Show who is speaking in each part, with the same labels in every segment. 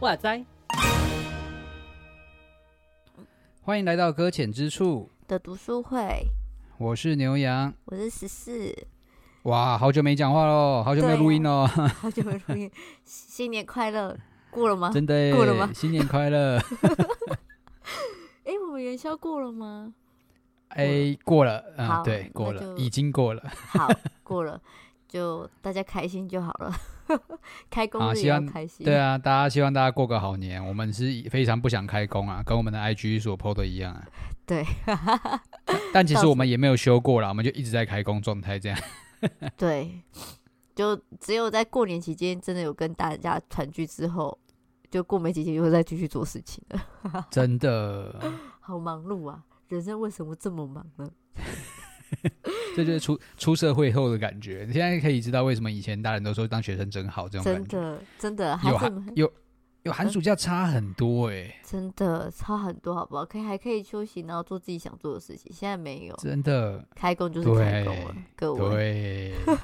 Speaker 1: 哇塞！
Speaker 2: 欢迎来到搁浅之处，
Speaker 3: 的读书会，
Speaker 2: 我是牛羊。
Speaker 3: 我是十四，
Speaker 2: 哇，好久没讲话喽，好久没有录音喽，
Speaker 3: 好久没录音，新年快乐，过了 吗？
Speaker 2: 真的耶
Speaker 3: 啊 过了吗
Speaker 2: 新年快 乐！
Speaker 3: 哎、我们元宵过 了吗？
Speaker 2: 哎，过了，嗯，
Speaker 3: 好
Speaker 2: 对，
Speaker 3: 那
Speaker 2: 过
Speaker 3: 就
Speaker 2: 了，已经过了。
Speaker 3: 好，过了，就大家开心就好了， 开工
Speaker 2: 好
Speaker 3: 日
Speaker 2: 希
Speaker 3: 也要
Speaker 2: 望
Speaker 3: 开心。
Speaker 2: 对啊，大家希望大家过个好年。我们是非常不想开工啊，跟我们的 IG 所 PO 的一样啊。
Speaker 3: 对
Speaker 2: 啊但其
Speaker 3: 到
Speaker 2: 实
Speaker 3: 时
Speaker 2: 我们也没有休过啦，我们就一直在开工状态这样。
Speaker 3: 对，就只有在过年期间真的有跟大家团聚之后，就过没几天又再继续做事情了，
Speaker 2: 真的，
Speaker 3: 好忙碌啊！人生为什么这么忙呢？
Speaker 2: 这就是出出社会后的感觉。你现在可以知道为什么以前大人都说当学生真好这种
Speaker 3: 真
Speaker 2: 感觉，
Speaker 3: 的，真的，孩
Speaker 2: 有
Speaker 3: 子
Speaker 2: 寒
Speaker 3: 们
Speaker 2: 有有寒暑假差很多哎、
Speaker 3: 真的差很多，好不好？可以还可以休息，然后做自己想做的事情。现在没有，
Speaker 2: 真的。
Speaker 3: 开工就是开工了
Speaker 2: 对，
Speaker 3: 各位。
Speaker 2: 对，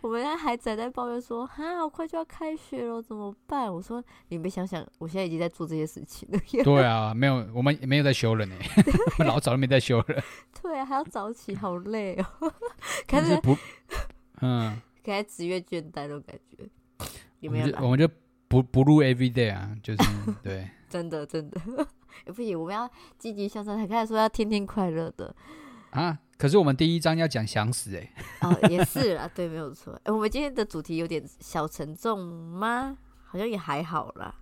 Speaker 3: 我们家孩子还在抱怨说：“哈，我快就要开学了，怎么办？”我说：“你们想想，我现在已经在做这些事情了，
Speaker 2: 对啊，没有，我们没有在休了呢，我们老早就没在休了，
Speaker 3: 对啊，还要早起，好累哦。 开
Speaker 2: 但
Speaker 3: 始
Speaker 2: 是 不，嗯，
Speaker 3: 开始职业倦怠那种感觉，有
Speaker 2: 我
Speaker 3: 没
Speaker 2: 们哦就
Speaker 3: 有啦？
Speaker 2: 我们就不不录 every day 啊，就是对，
Speaker 3: 真的真的， 也不行，我们要积极向上。他刚才说要天天快乐的，
Speaker 2: 啊，可是我们第一章要讲想死哎、欸，
Speaker 3: 哦，也是啦，对，没有错。哎、我们今天的主题有点小沉重吗？好像也还好啦。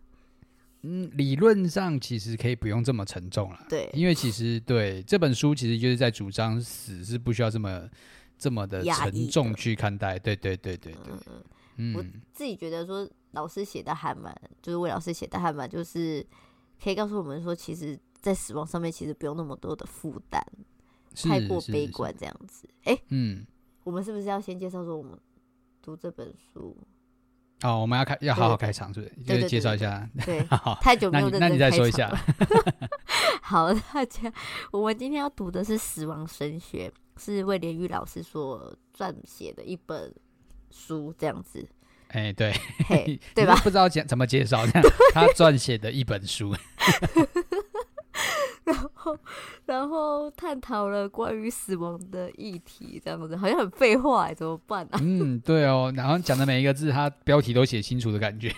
Speaker 2: 嗯，理论上其实可以不用这么沉重了，
Speaker 3: 对，
Speaker 2: 因为其实对这本书其实就是在主张死是不需要这么这么的
Speaker 3: 压抑
Speaker 2: 沉
Speaker 3: 的
Speaker 2: 重去看待，对对对对对
Speaker 3: 嗯，嗯，我
Speaker 2: 嗯，
Speaker 3: 自己觉得说老师写的还蛮，就是魏老师写的还蛮，就是可以告诉我们说，其实，在死亡上面其实不用那么多的负担，
Speaker 2: 是
Speaker 3: 太过
Speaker 2: 是
Speaker 3: 悲
Speaker 2: 是
Speaker 3: 观这样子。哎、
Speaker 2: 嗯，
Speaker 3: 我们是不是要先介绍说我们读这本书？
Speaker 2: 好，我们要开要好好
Speaker 3: 对对
Speaker 2: 开场是不是？
Speaker 3: 对
Speaker 2: 就是
Speaker 3: 对
Speaker 2: 介
Speaker 3: 对
Speaker 2: 绍一
Speaker 3: 对
Speaker 2: 下，，
Speaker 3: 对
Speaker 2: 好，
Speaker 3: 太久
Speaker 2: 那
Speaker 3: 没有
Speaker 2: 你
Speaker 3: 认
Speaker 2: 那你再
Speaker 3: 真开
Speaker 2: 说一
Speaker 3: 场
Speaker 2: 下
Speaker 3: 了， 好，大家，我们今天要读的是《死亡神学》，是魏连玉老师所撰写的一本书，这 样子，
Speaker 2: 哎、对，，
Speaker 3: 嘿
Speaker 2: 你
Speaker 3: 对
Speaker 2: 都
Speaker 3: 吧？
Speaker 2: 不知道讲怎么介绍，这样他撰写的一本书，
Speaker 3: 然后，然后探讨了关于死亡的议题，这样子好像很废话欸，怎么办啊？
Speaker 2: 嗯，对哦，然后讲的每一个字，他标题都写清楚的感觉，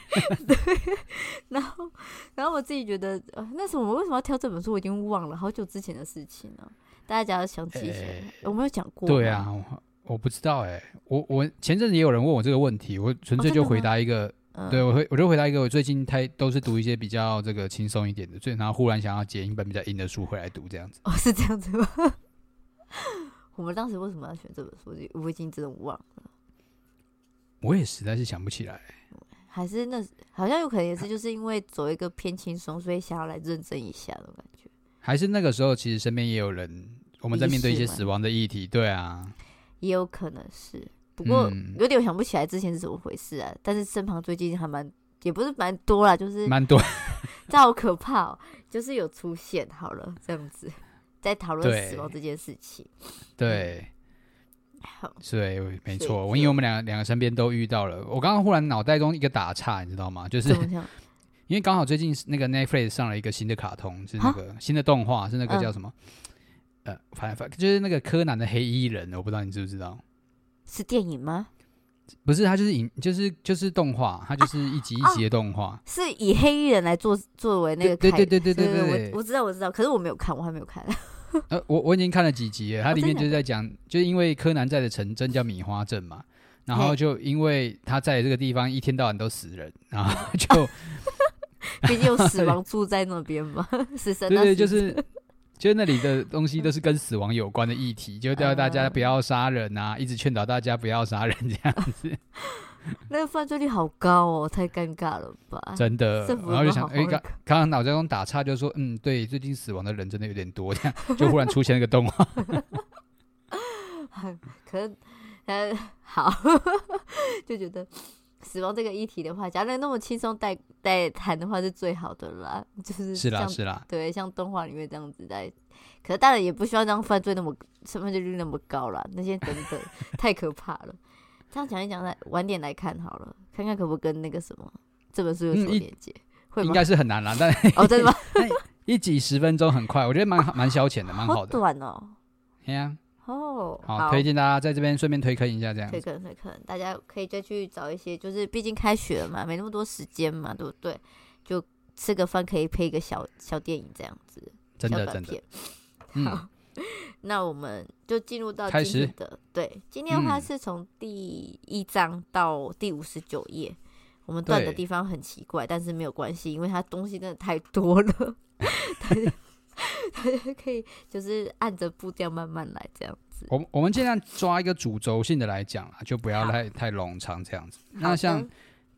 Speaker 3: 然后，然后我自己觉得，呃、那时候我们为什么要挑这本书，我已经忘了，好久之前的事情了。大家只要想起一些，
Speaker 2: 哎
Speaker 3: 我没有讲过，
Speaker 2: 对，啊，我我不知道哎、我我前阵子也有人问我这个问题，我纯粹
Speaker 3: 哦真的
Speaker 2: 就
Speaker 3: 吗
Speaker 2: 回答一个，
Speaker 3: 嗯，
Speaker 2: 对我会我就回答一个，我最近太都是读一些比较这个轻松一点的，所以然后忽然想要捡一本比较硬的书回来读这样子，
Speaker 3: 哦，是这样子吗？ 我们当时为什么要选这本书？我我已经真的忘了，
Speaker 2: 我也实在是想不起来，
Speaker 3: 还是那好像有可能也是就是因为走一个偏轻松，所以想要来认真一下的感觉。
Speaker 2: 还是那个时候其实身边也有人。我们在面对一些
Speaker 3: 意识嘛
Speaker 2: 死亡的议题，对啊，
Speaker 3: 也有可能是，不过、
Speaker 2: 嗯
Speaker 3: 有点想不起来之前是怎么回事啊。但是身旁最近还蛮，也不是蛮多啦，就是
Speaker 2: 蛮多，
Speaker 3: 这好可怕哦、就是有出现好了这样子，在讨论
Speaker 2: 对
Speaker 3: 死亡这件事情。
Speaker 2: 对，
Speaker 3: 嗯好，
Speaker 2: 对，没
Speaker 3: 所以
Speaker 2: 错，我
Speaker 3: 就
Speaker 2: 因为我们两个两个身边都遇到了。我刚刚忽然脑袋中一个打岔，你知道吗？ 就是
Speaker 3: 怎么讲？
Speaker 2: 因为刚好最近是那个 Netflix 上了一个新的卡通，是那
Speaker 3: 啊
Speaker 2: 个新的动画，是那个
Speaker 3: 嗯
Speaker 2: 叫什么？呃，反正反就是那个柯南的黑衣人，我不知道你知不知道？
Speaker 3: 是电影吗？
Speaker 2: 不是，它就是影，就是就是动画，它就是一集一集的动画。
Speaker 3: 是以黑衣人来做作为那个
Speaker 2: 对
Speaker 3: 开
Speaker 2: 对对对对
Speaker 3: 对
Speaker 2: 对对
Speaker 3: 我我知道我知道，可是我没有看，我 还没有看。
Speaker 2: 呃，我我已经看了几集了，它
Speaker 3: 啊哦
Speaker 2: 里
Speaker 3: 真
Speaker 2: 面
Speaker 3: 的
Speaker 2: 就是在讲，就是因为柯南在的城镇叫米花镇嘛，然后
Speaker 3: 嘿
Speaker 2: 就因为他在这个地方一天到晚都死人，然后就
Speaker 3: 毕竟有 死亡住在那边嘛， 死神啊
Speaker 2: 对
Speaker 3: 那
Speaker 2: 对，
Speaker 3: 死
Speaker 2: 就是就是那里的东西都是跟死亡有关的议 题，就叫大家
Speaker 3: 嗯
Speaker 2: 不要杀人啊，一直劝导大家不要杀人这样子，
Speaker 3: 那个犯罪率好高哦，太尴尬了吧？
Speaker 2: 真的。
Speaker 3: 啊政府
Speaker 2: 然后就
Speaker 3: 有没有
Speaker 2: 想，
Speaker 3: 好
Speaker 2: 哎，
Speaker 3: 好
Speaker 2: 刚
Speaker 3: 地搞
Speaker 2: 刚刚脑袋中打岔，就说，嗯，对，最近死亡的人真的有点多，这样就忽然出现那个动画，
Speaker 3: 可能呃好，就觉得死亡这个议题的话，假如那么轻松带带谈的话，是最好的啦。就是
Speaker 2: 是啦
Speaker 3: 像
Speaker 2: 是啦，
Speaker 3: 对，像动画里面这样子在，可是当然也不希望让犯罪那么身份罪率那么高啦，那些等等 太可怕了。这样讲一讲，来晚点来看好了，看看可不跟那个什么这本书有
Speaker 2: 嗯
Speaker 3: 什么
Speaker 2: 一
Speaker 3: 连接，会
Speaker 2: 应
Speaker 3: 吗？
Speaker 2: 该是很难啦，但
Speaker 3: 哦，真的吗？
Speaker 2: 一集十分钟很快，我觉得蛮好蛮消遣的，蛮好的。
Speaker 3: 短哦，
Speaker 2: 哎呀，
Speaker 3: 哦，
Speaker 2: 好，推荐大家在这边顺便推坑一下，这样
Speaker 3: 推坑推坑，大家可以再去找一些，就是毕竟开学了嘛，没那么多时间嘛，对不对？就吃个饭可以配一个小小电影这样子，
Speaker 2: 真
Speaker 3: 小
Speaker 2: 的
Speaker 3: 短
Speaker 2: 真的
Speaker 3: 片。，
Speaker 2: 嗯，
Speaker 3: 好，那我们就进入到
Speaker 2: 开
Speaker 3: 今
Speaker 2: 始
Speaker 3: 天的，对，今天的话
Speaker 2: 嗯
Speaker 3: 是从第一章到第五十九页。我们断的
Speaker 2: 对
Speaker 3: 地方很奇怪，但是没有关系，因为它东西真的太多了， 大家大家可以就是按着步调慢慢来这样子。
Speaker 2: 我们我们尽量抓一个主轴性的来讲啦，就不要
Speaker 3: 好
Speaker 2: 太太冗长这样子。
Speaker 3: 好
Speaker 2: 那
Speaker 3: 的
Speaker 2: 像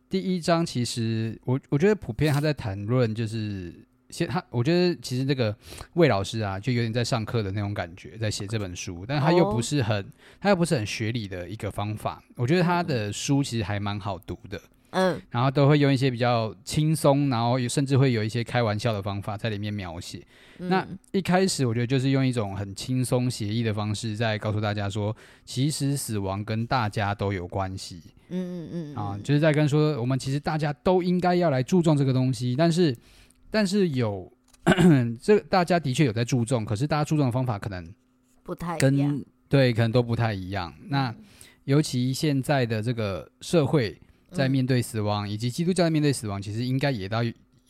Speaker 2: 第一章，其实我我觉得普遍他在谈论就是。先他，我觉得其实这个魏老师啊，就有点在上课的那种感觉，在写这本书，但他又
Speaker 3: 哦
Speaker 2: 不是很，他又不是很学理的一个方法。我觉得他的书其实还蛮好读的，
Speaker 3: 嗯，
Speaker 2: 然后都会用一些比较轻松，然后有甚至会有一些开玩笑的方法在里面描写。那
Speaker 3: 嗯
Speaker 2: 一开始我觉得就是用一种很轻松写意的方式，在告诉大家说，其实死亡跟大家都有关系
Speaker 3: 嗯嗯嗯
Speaker 2: 啊
Speaker 3: 嗯，
Speaker 2: 就是在跟说，我们其实大家都应该要来注重这个东西，但是但是有这个大家的确有在注重，可是大家注重的方法可能
Speaker 3: 不太一样。嗯
Speaker 2: 跟对可能都不太一样。那尤其现在的这个社会在
Speaker 3: 嗯
Speaker 2: 面对死亡，以及基督教在面对死亡，其实应该也到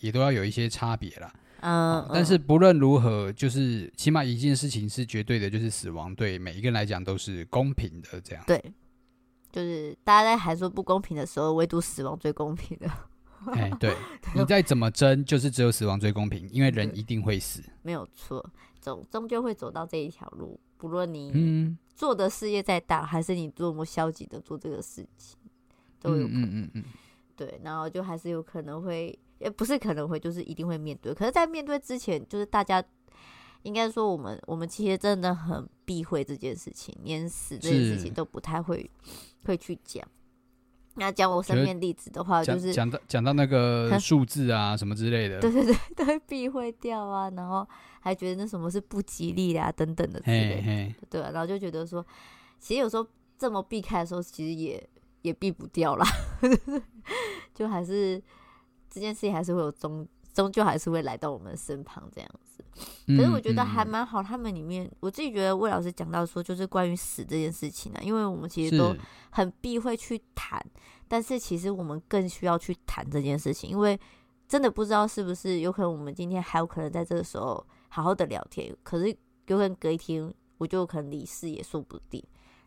Speaker 2: 也都要有一些差别啦。
Speaker 3: 嗯，
Speaker 2: 啊但是不论如何，就是起码一件事情是绝对的，就是死亡对每一个人来讲都是公平的。这样，
Speaker 3: 对，就是大家在还说不公平的时候，唯独死亡最公平的，
Speaker 2: 哎，对，你再怎么争，就是只有死亡最公平，因为人一定会死。
Speaker 3: 没有错，总终究会走到这一条路，不论你
Speaker 2: 嗯
Speaker 3: 做的事业再大，还是你多么消极的做这个事情，都有
Speaker 2: 嗯
Speaker 3: 可能、
Speaker 2: 嗯嗯嗯，
Speaker 3: 对，然后就还是有可能会，也不是可能会，就是一定会面对。可是，在面对之前，就是大家。应该说，我们我们其实真的很避讳这件事情，连死这件事
Speaker 2: 是
Speaker 3: 情都不太会会去讲。那讲我身
Speaker 2: 觉得
Speaker 3: 边例子的话，啊就
Speaker 2: 讲
Speaker 3: 是
Speaker 2: 讲到讲到那 个数字啊什么之类的
Speaker 3: 对，对对， 都会避讳掉啊，然后还觉得那什么是不吉利的啊，等等的之
Speaker 2: 嘿
Speaker 3: 类的，
Speaker 2: 嘿，
Speaker 3: 对、啊，然后就觉得说，其实有时候这么避开的时候，其实也也避不掉啦， 就还是这件事情还是会有终，终究还是会来到我们身旁这样子。
Speaker 2: 嗯
Speaker 3: 可是我觉得还蛮好，他们里面我自己觉得魏老师讲到说，就是关于死这件事情呢、啊，因为我们其
Speaker 2: 嗯是
Speaker 3: 实都很避讳去谈，但是其实我们更需要去谈这件事情，因为真的不知道是不是有可能我们今天还有可能在这个时候好好的聊天，可是有可能隔一天我就有可能离世也说不定。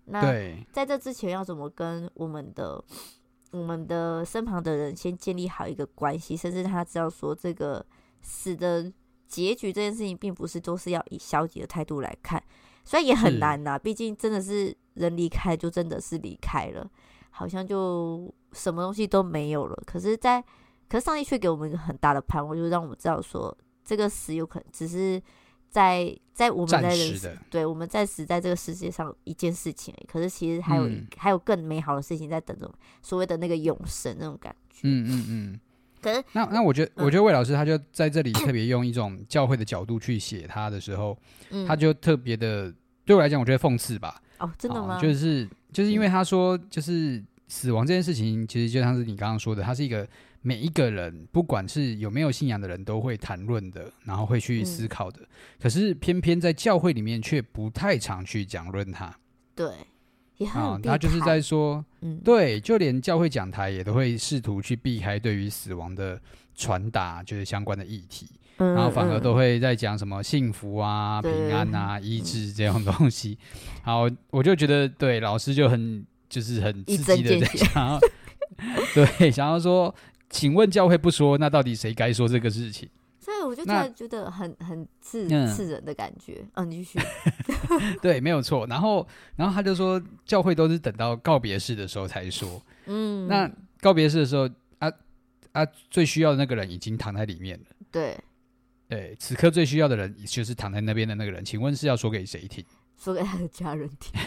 Speaker 3: 那
Speaker 2: 对，
Speaker 3: 在这之前要怎么跟我们的 我们的身旁的人先建立好一个关系，甚至他知道说这个死的结局这件事情，并不是都是要以消极的态度来看，虽然也很
Speaker 2: 是
Speaker 3: 难呐、毕竟真的是人离开就真的是离开了，好像就什么东西都没有了。可是在，可是上帝却给我们一个很大的盼望，就是让我们知道说，这个死有可能只是在在我们
Speaker 2: 暂
Speaker 3: 在人
Speaker 2: 时
Speaker 3: 世
Speaker 2: 的，
Speaker 3: 对，我们暂时在这个世界上一件事情而已，可是其实还有一、
Speaker 2: 嗯
Speaker 3: 还有更美好的事情在等着我们，所谓的那个永生那种感觉。
Speaker 2: 嗯嗯嗯。
Speaker 3: 可是，
Speaker 2: 那那我觉得，
Speaker 3: 嗯
Speaker 2: 我觉得魏老师他就在这里特别用一种教会的角度去写他的时候，
Speaker 3: 嗯，
Speaker 2: 他就特别的，对我来讲，我觉得讽刺吧。
Speaker 3: 哦，真的
Speaker 2: 哦
Speaker 3: 吗？
Speaker 2: 就是就是因为他说，就是死亡这件事情，其实就像是你刚刚说的，它是一个每一个人，不管是有没有信仰的人，都会谈论的，然后会去
Speaker 3: 嗯
Speaker 2: 思考的。可是偏偏在教会里面却不太常去
Speaker 3: 哦
Speaker 2: 讲论它
Speaker 3: 对，也
Speaker 2: 啊
Speaker 3: 很，避
Speaker 2: 他就是
Speaker 3: 谈
Speaker 2: 在说，
Speaker 3: 嗯，
Speaker 2: 对，就连教会讲台也都会试图去避开对于死亡的传达，就是相关的议题。
Speaker 3: 然
Speaker 2: 然后反而都会在讲什么幸福啊、
Speaker 3: 嗯对嗯
Speaker 2: 平安啊、医治这种东西。好，我就觉得对老师就很就是很
Speaker 3: 一
Speaker 2: 刺激
Speaker 3: 针
Speaker 2: 的在
Speaker 3: 见血
Speaker 2: 想要， 对，想要说，请问教会不说，那到底谁该说这个事情？
Speaker 3: 所以我就突
Speaker 2: 那
Speaker 3: 然觉得很很刺
Speaker 2: 嗯
Speaker 3: 刺人的感觉。嗯，你继 续。
Speaker 2: 对，没有错。然后，然后他就说，教会都是等到告别式的时候才说。
Speaker 3: 嗯，
Speaker 2: 那告别式的时候，啊啊，最需要的那个人已经躺在里面了。
Speaker 3: 对，
Speaker 2: 对，此刻最需要的人就是躺在那边的那个人。请问是要说给谁听？
Speaker 3: 说给他的 家人听，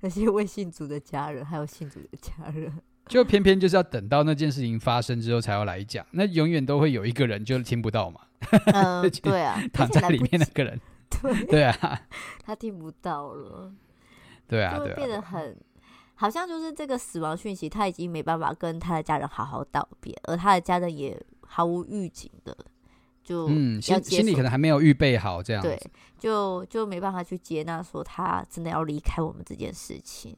Speaker 3: 那些未信主的家人，还有信主的家人，
Speaker 2: 就偏偏就是要等到那件事情发生之后才要来讲，那永远都会有一个人就听不到嘛，
Speaker 3: 嗯， 对啊，而
Speaker 2: 躺
Speaker 3: 且
Speaker 2: 在
Speaker 3: 来
Speaker 2: 里
Speaker 3: 不
Speaker 2: 面
Speaker 3: 及
Speaker 2: 那，个人，
Speaker 3: 对，
Speaker 2: 对啊，
Speaker 3: 他听不到了，
Speaker 2: 对 啊，
Speaker 3: 就
Speaker 2: 对
Speaker 3: 会
Speaker 2: 啊，
Speaker 3: 变
Speaker 2: 对
Speaker 3: 得
Speaker 2: 啊
Speaker 3: 很，好像就是这个死亡讯息，他已经没办法跟他的家人好好道别，而他的家人也毫无预警的就
Speaker 2: 嗯，
Speaker 3: 要
Speaker 2: 心
Speaker 3: 接
Speaker 2: 心里
Speaker 3: 受
Speaker 2: 可能还没有预备好这样子
Speaker 3: 对，，就就没办法去接纳说他真的要离开我们这件事情。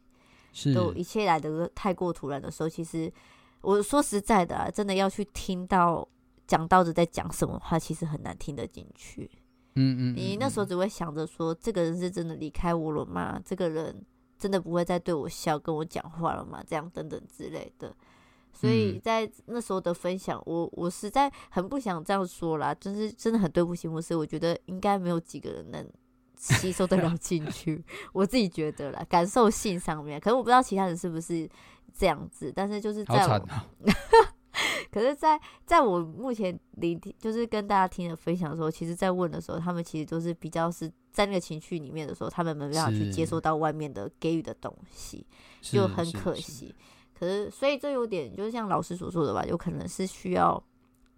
Speaker 2: 是
Speaker 3: 都一切来得太过突然的时候，其实我说实在的、啊，真的要去听到讲到的在讲什么话，其实很难听得进去。
Speaker 2: 嗯嗯，嗯
Speaker 3: 你那时候
Speaker 2: 嗯
Speaker 3: 只会想着说，这个人是真的离开我了吗？这个人真的不会再对我笑、跟我讲话了吗？这样等等之类的。所以
Speaker 2: 嗯
Speaker 3: 在那时候的分享，我我实在很不想这样说啦，真是真的很对不起牧师，我觉得应该没有几个人能吸收 得了进去，我自己觉得啦，感受性上面，可是我不知道其他人是不是这样子，但是就是在
Speaker 2: 好
Speaker 3: 我
Speaker 2: 惨 啊，
Speaker 3: 可是在，在我目前聆听，就是跟大家听的分享的时候，其实，在问的时候，他们其实都是比较是在那个情绪里面的时候，他们没办法去
Speaker 2: 是
Speaker 3: 接受到外面的给予的东西，
Speaker 2: 是
Speaker 3: 就很
Speaker 2: 是
Speaker 3: 可
Speaker 2: 是
Speaker 3: 惜。可是，所以这有点，就像老师所说的吧，有可能是需要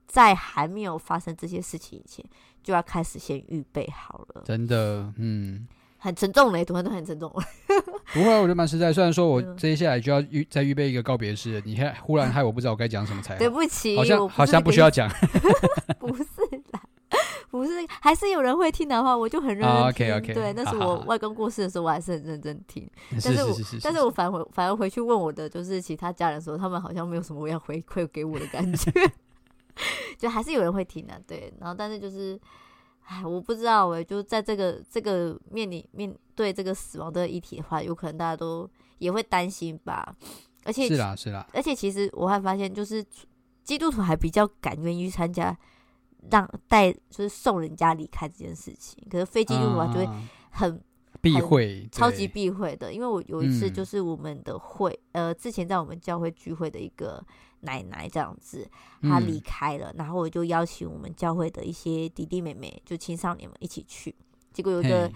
Speaker 3: 在还没有发生这些事情以前，就要开始先预备好了。
Speaker 2: 真的，嗯，
Speaker 3: 很沉重嘞，突然都很沉重。
Speaker 2: 哎不会啊，我觉得蛮实在。虽然说我
Speaker 3: 嗯
Speaker 2: 接下来就要预再预备一个告别式了，你还忽然害我不知道我该讲什么才
Speaker 3: 对
Speaker 2: 好，
Speaker 3: 不起，
Speaker 2: 好
Speaker 3: 我
Speaker 2: 像
Speaker 3: 不
Speaker 2: 好
Speaker 3: 是
Speaker 2: 像
Speaker 3: 那
Speaker 2: 不
Speaker 3: 个
Speaker 2: 需要讲。
Speaker 3: 不是啦，不是，还是有人会听的话，我就很认真听。
Speaker 2: 啊，OK，OK，
Speaker 3: 对，那是
Speaker 2: 好好
Speaker 3: 我
Speaker 2: 好
Speaker 3: 外公过世的时候，我还是很认真听。
Speaker 2: 是
Speaker 3: 但
Speaker 2: 是
Speaker 3: 我
Speaker 2: 是是，
Speaker 3: 但是我反回反而回去问我的就是其他家人说，他们好像没有什么要回 馈给我的感觉， 就还是有人会听的、对。然后但是就是，哎，我不知道哎、就在这个这个面临面对这个死亡的议题的话，有可能大家都也会担心吧，而且
Speaker 2: 是啦是啦，
Speaker 3: 而且其实我还发现，就是基督徒还比较敢愿意参加让带就是送人家离开这件事情，可是非基督徒啊就会
Speaker 2: 啊
Speaker 3: 很
Speaker 2: 避
Speaker 3: 很
Speaker 2: 讳，
Speaker 3: 超级
Speaker 2: 对
Speaker 3: 避讳的，因为我有一次
Speaker 2: 嗯
Speaker 3: 就是我们的会，呃，之前在我们教会聚会的一个奶奶这样子，她
Speaker 2: 嗯
Speaker 3: 离开了，然后我就邀请我们教会的一些弟弟妹妹，就青少年们一起去，结果有一个
Speaker 2: 嗯嘿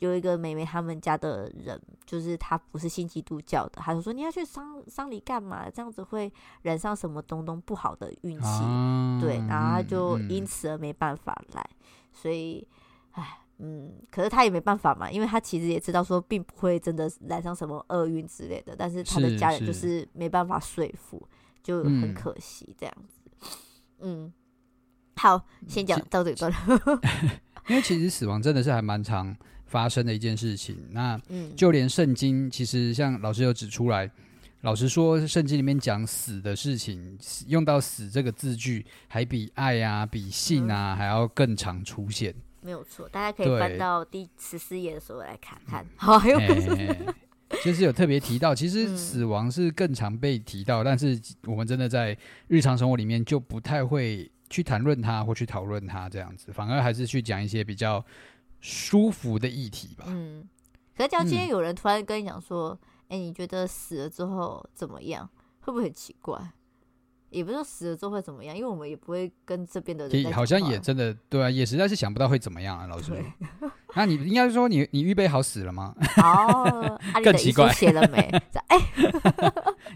Speaker 3: 有一个妹妹他们家的人，就是她不是信基督教的，她就说你要去丧丧礼干嘛？这样子会染上什么东东不好的运气。
Speaker 2: 啊，
Speaker 3: 对，然后他
Speaker 2: 嗯
Speaker 3: 就
Speaker 2: 嗯
Speaker 3: 因此而没办法来，所以，唉，嗯，可是他也没办法嘛，因为他其实也知道说并不会真的染上什么厄运之类的，但是他的
Speaker 2: 是
Speaker 3: 家人就是是没办法说服，就很
Speaker 2: 嗯
Speaker 3: 可惜这样子。嗯，好，先讲
Speaker 2: 其
Speaker 3: 到这里段，
Speaker 2: 因为其实死亡真的是还蛮常发生的一件事情。那
Speaker 3: 嗯，
Speaker 2: 就连圣经，其实像老师有指出来，老实说，圣经里面讲死的事情，死用到“死”这个字句，还比爱啊、比
Speaker 3: 嗯
Speaker 2: 信啊还要更常出现。
Speaker 3: 没有错，大家可以
Speaker 2: 对嗯哎
Speaker 3: 翻到第十四页的时候来看看。好，还有
Speaker 2: 嘿
Speaker 3: 个是
Speaker 2: 嘿嘿哎就是有特别提到，其实
Speaker 3: 嗯
Speaker 2: 死亡是更常被提到，但是我们真的在日常生活里面就不太会去谈论它或去讨论它这样子，反而还是去讲一些比较舒服的议题吧。
Speaker 3: 嗯，可是假如今
Speaker 2: 嗯
Speaker 3: 天有人突然跟你讲说，哎、你觉得死了之后怎么样？会不会很奇怪？也不是说死了之后会怎么样，因为我们也不会跟这边的人在
Speaker 2: 也
Speaker 3: 讲话。哦
Speaker 2: 好像也真的对啊，也实在是想不到会怎么样啊，老师
Speaker 3: 对。
Speaker 2: 那你应该说你你预备好死了吗？
Speaker 3: 哦，啊、
Speaker 2: 更
Speaker 3: 你的
Speaker 2: 奇
Speaker 3: 遗书
Speaker 2: 怪
Speaker 3: 写了没？这样哎、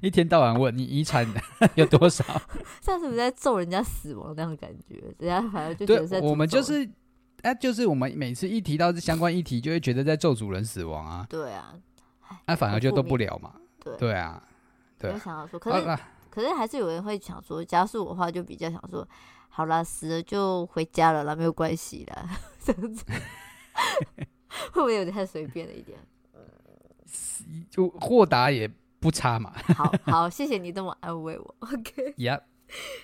Speaker 2: 一天到晚问你遗产有多少？
Speaker 3: 这样是不是在咒人家死亡那种感觉？人家反 而就觉
Speaker 2: 对
Speaker 3: 得在，
Speaker 2: 我
Speaker 3: 诅
Speaker 2: 们就
Speaker 3: 咒
Speaker 2: 是哎、就是我们每次一提到这相关议题，就会觉得在咒主人死亡啊，
Speaker 3: 对啊，
Speaker 2: 那、反而就
Speaker 3: 很
Speaker 2: 动
Speaker 3: 负
Speaker 2: 不
Speaker 3: 面
Speaker 2: 了嘛。
Speaker 3: 对，
Speaker 2: 对啊，对
Speaker 3: 没有
Speaker 2: 啊。
Speaker 3: 想到说，可是、
Speaker 2: 啊啊
Speaker 3: 可是还是有人会想说，假如是我的话，就比较想说，好啦，死了就回家了啦，没有关系啦， 这样子会不会有点太随便了一 点？
Speaker 2: 就豁达也不差 嘛。
Speaker 3: 好好，谢谢你这么安慰我。OK，
Speaker 2: y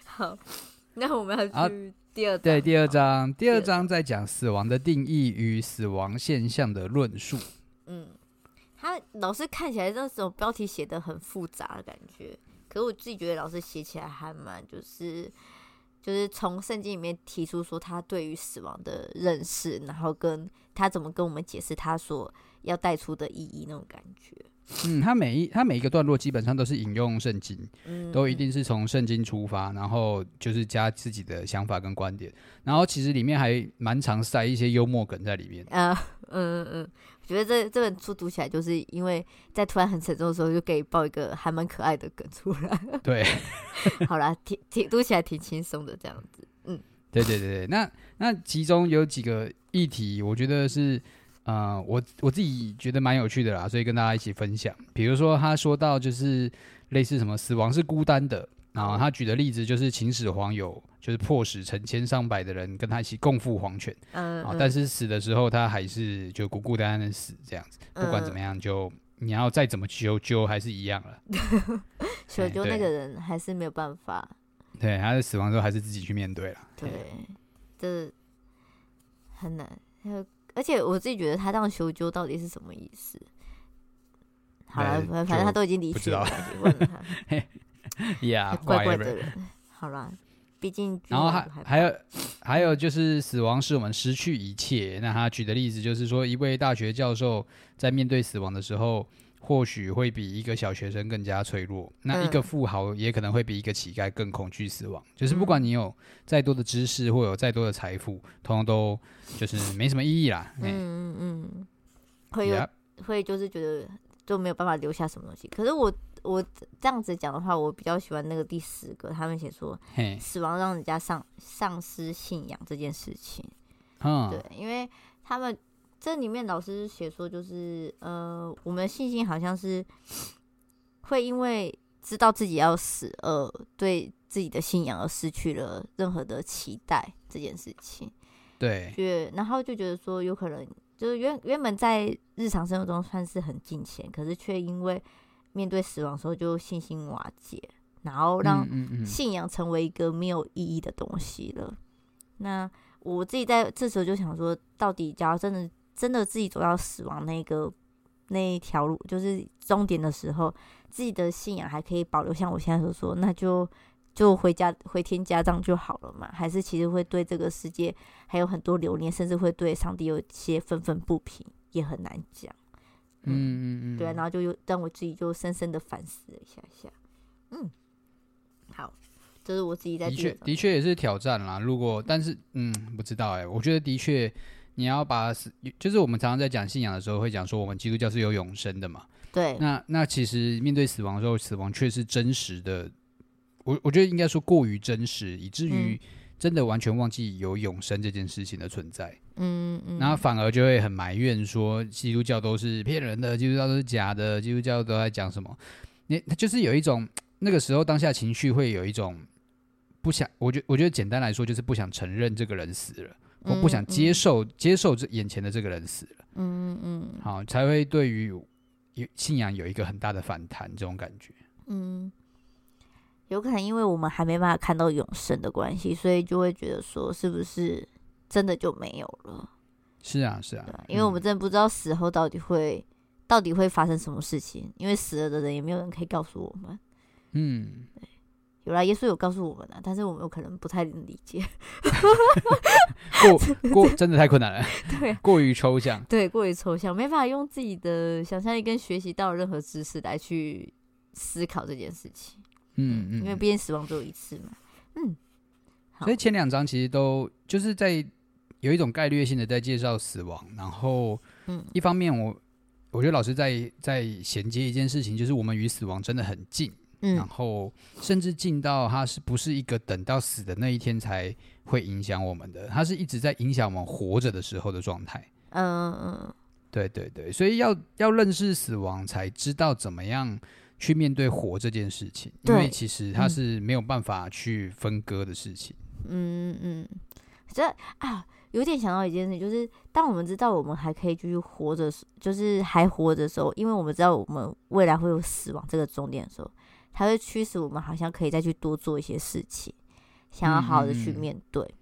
Speaker 3: 好，那我们
Speaker 2: 好
Speaker 3: 要去第二章
Speaker 2: 对，第二
Speaker 3: 好，
Speaker 2: 章，第二
Speaker 3: 啊第二
Speaker 2: 章在讲死亡的定义与死亡现象的论述。
Speaker 3: 嗯，他老师看起来那种标题写的很复杂的感觉，可是我自己觉得老师写起来还蛮就是。就是从圣经里面提出说他对于死亡的认识，然后跟他怎么跟我们解释他所要带出的意义那种感觉。
Speaker 2: 嗯，它每一它每一个段落基本上都是引用圣经，
Speaker 3: 嗯，
Speaker 2: 都一定是从圣经出发，然后就是加自己的想法跟观点，然后其实里面还蛮常塞一些幽默梗在里面。
Speaker 3: 呃， 嗯嗯嗯，我觉得这这本书读起来，就是因为在突然很沉重的时候，就可以爆一个还蛮可爱的梗出来。
Speaker 2: 对，
Speaker 3: 好啦，挺挺读起来挺轻松的这样子。
Speaker 2: 对对对对，那那其中有几个议题，我觉得是，呃，我我自己觉得蛮有趣的啦，所以跟大家一起分享。比如说他说到就是类似什么死亡是孤单的，然后他举的例子就是秦始皇有就是迫使成千上百的人跟他一起共赴皇权
Speaker 3: 嗯，
Speaker 2: 啊，
Speaker 3: 嗯
Speaker 2: 但是死的时候他还是就孤孤单单的死这样子，不
Speaker 3: 嗯
Speaker 2: 管怎么样就。你要再怎么求救，还是一样了。
Speaker 3: 所以
Speaker 2: 哎
Speaker 3: 就
Speaker 2: 对
Speaker 3: 那个人还是没有办法。
Speaker 2: 对，他的死亡之后还是自己去面对了。
Speaker 3: 对，这很难。还有而且我自己觉得他这样求救到底是什么意思？好了，
Speaker 2: 呃
Speaker 3: 反反正他
Speaker 2: 就
Speaker 3: 都已经离
Speaker 2: 不
Speaker 3: 去
Speaker 2: 知道啊
Speaker 3: 了，你问了他，
Speaker 2: Yeah，
Speaker 3: 怪怪
Speaker 2: whatever
Speaker 3: 的人。好啦，毕竟君
Speaker 2: 然后
Speaker 3: 王
Speaker 2: 还
Speaker 3: 不害怕
Speaker 2: 还有还有就是死亡使我们失去一切。那他举的例子就是说，一位大学教授在面对死亡的时候，或许会比一个小学生更加脆弱。那一个
Speaker 3: 嗯
Speaker 2: 富豪也可能会比一个乞丐更恐惧死亡。就是不管你有再多的知识或有再多的财富，通通都就是没什么意义啦。嗯，
Speaker 3: 嗯嗯嗯，会有
Speaker 2: Yep，
Speaker 3: 会就是觉得就没有办法留下什么东西。可是我我这样子讲的话，我比较喜欢那个第十个，他们写说
Speaker 2: 嘿，
Speaker 3: 死亡让人家丧丧失信仰这件事情。
Speaker 2: 嗯
Speaker 3: 对，，因为他们这里面老师写说，就是呃，我们的信心好像是会因为知道自己要死而对自己的信仰而失去了任何的期待这件事情。
Speaker 2: 对，
Speaker 3: 觉，然后就觉得说，有可能就是原原本在日常生活中算是很近前，可是却因为面对死亡的时候就信心瓦解，然后让
Speaker 2: 嗯嗯嗯，
Speaker 3: 信仰成为一个没有意义的东西了。那我自己在这时候就想说，到底假如真的真的自己走到死亡那个那一条路，就是终点的时候，自己的信仰还可以保留，像我现在所说，那就就回家回天家这样就好了嘛？还是其实会对这个世界还有很多留念，甚至会对上帝有一些愤愤不平，也很难讲。
Speaker 2: 嗯嗯嗯，
Speaker 3: 对啊，然后就又让我自己就深深的反思了一下下。嗯，好，这是我自己在
Speaker 2: 的
Speaker 3: 第
Speaker 2: 确
Speaker 3: 二，个
Speaker 2: 的确也是挑战啦。如果但是，嗯，不知道哎、我觉得的确，你要把死，就是我们常常在讲信仰的时候，会讲说我们基督教是有永生的嘛。
Speaker 3: 对，
Speaker 2: 那那其实面对死亡的时候，死亡却是真实的。我我觉得应该说过于真实，以至于真的完全忘记有永生这件事情的存在。
Speaker 3: 嗯嗯，
Speaker 2: 那反而就会很埋怨说，基督教都是骗人的，基督教都是假的，基督教都在讲什么？你就是有一种那个时候当下情绪会有一种不想，我觉我觉得简单来说就是不想承认这个人死了，我不想接受、接受这眼前的这个人死了，
Speaker 3: 嗯，嗯嗯
Speaker 2: 好才会对于有信仰有一个很大的反弹这种感觉。
Speaker 3: 嗯，有可能因为我们还没办法看到永生的关系，所以就会觉得说，是不是真的就没有了？
Speaker 2: 是啊，是啊
Speaker 3: 对啊，，因为我们
Speaker 2: 嗯
Speaker 3: 真的不知道死后到底会到底会发生什么事情，因为死了的人也没有人可以告诉我们。
Speaker 2: 嗯
Speaker 3: 有啦，耶稣有告诉我们啊，但是我们有可能不太能理解。
Speaker 2: 过过真的太困难了，
Speaker 3: 对啊
Speaker 2: 过于抽象。
Speaker 3: 对，过于抽象，没办法用自己的想象力跟学习到的任何知识来去思考这件事情。
Speaker 2: 嗯嗯，
Speaker 3: 因为
Speaker 2: 嗯
Speaker 3: 毕竟死亡只有一次嘛。嗯，好
Speaker 2: 所以前两章其实都就是在有一种概率性的在介绍死亡，然后
Speaker 3: 嗯
Speaker 2: 一方面我我觉得老师在在衔接一件事情，就是我们与死亡真的很近，然
Speaker 3: 嗯
Speaker 2: 后甚至近到它是不是一个等到死的那一天才会影响我们的，它是一直在影响我们活着的时候的状态。
Speaker 3: 嗯嗯
Speaker 2: 对对对，所以要要认识死亡，才知道怎么样去面对活这件事情，因为
Speaker 3: 对
Speaker 2: 其实它是没有办法去分割的事情。
Speaker 3: 嗯嗯，这啊，有点想到一件事，就是当我们知道我们还可以继续活着时，就是还活着的时候，因为我们知道我们未来会有死亡这个终点的时候，才会驱使我们好像可以再去多做一些事情，想要好好的去
Speaker 2: 嗯嗯嗯
Speaker 3: 面对、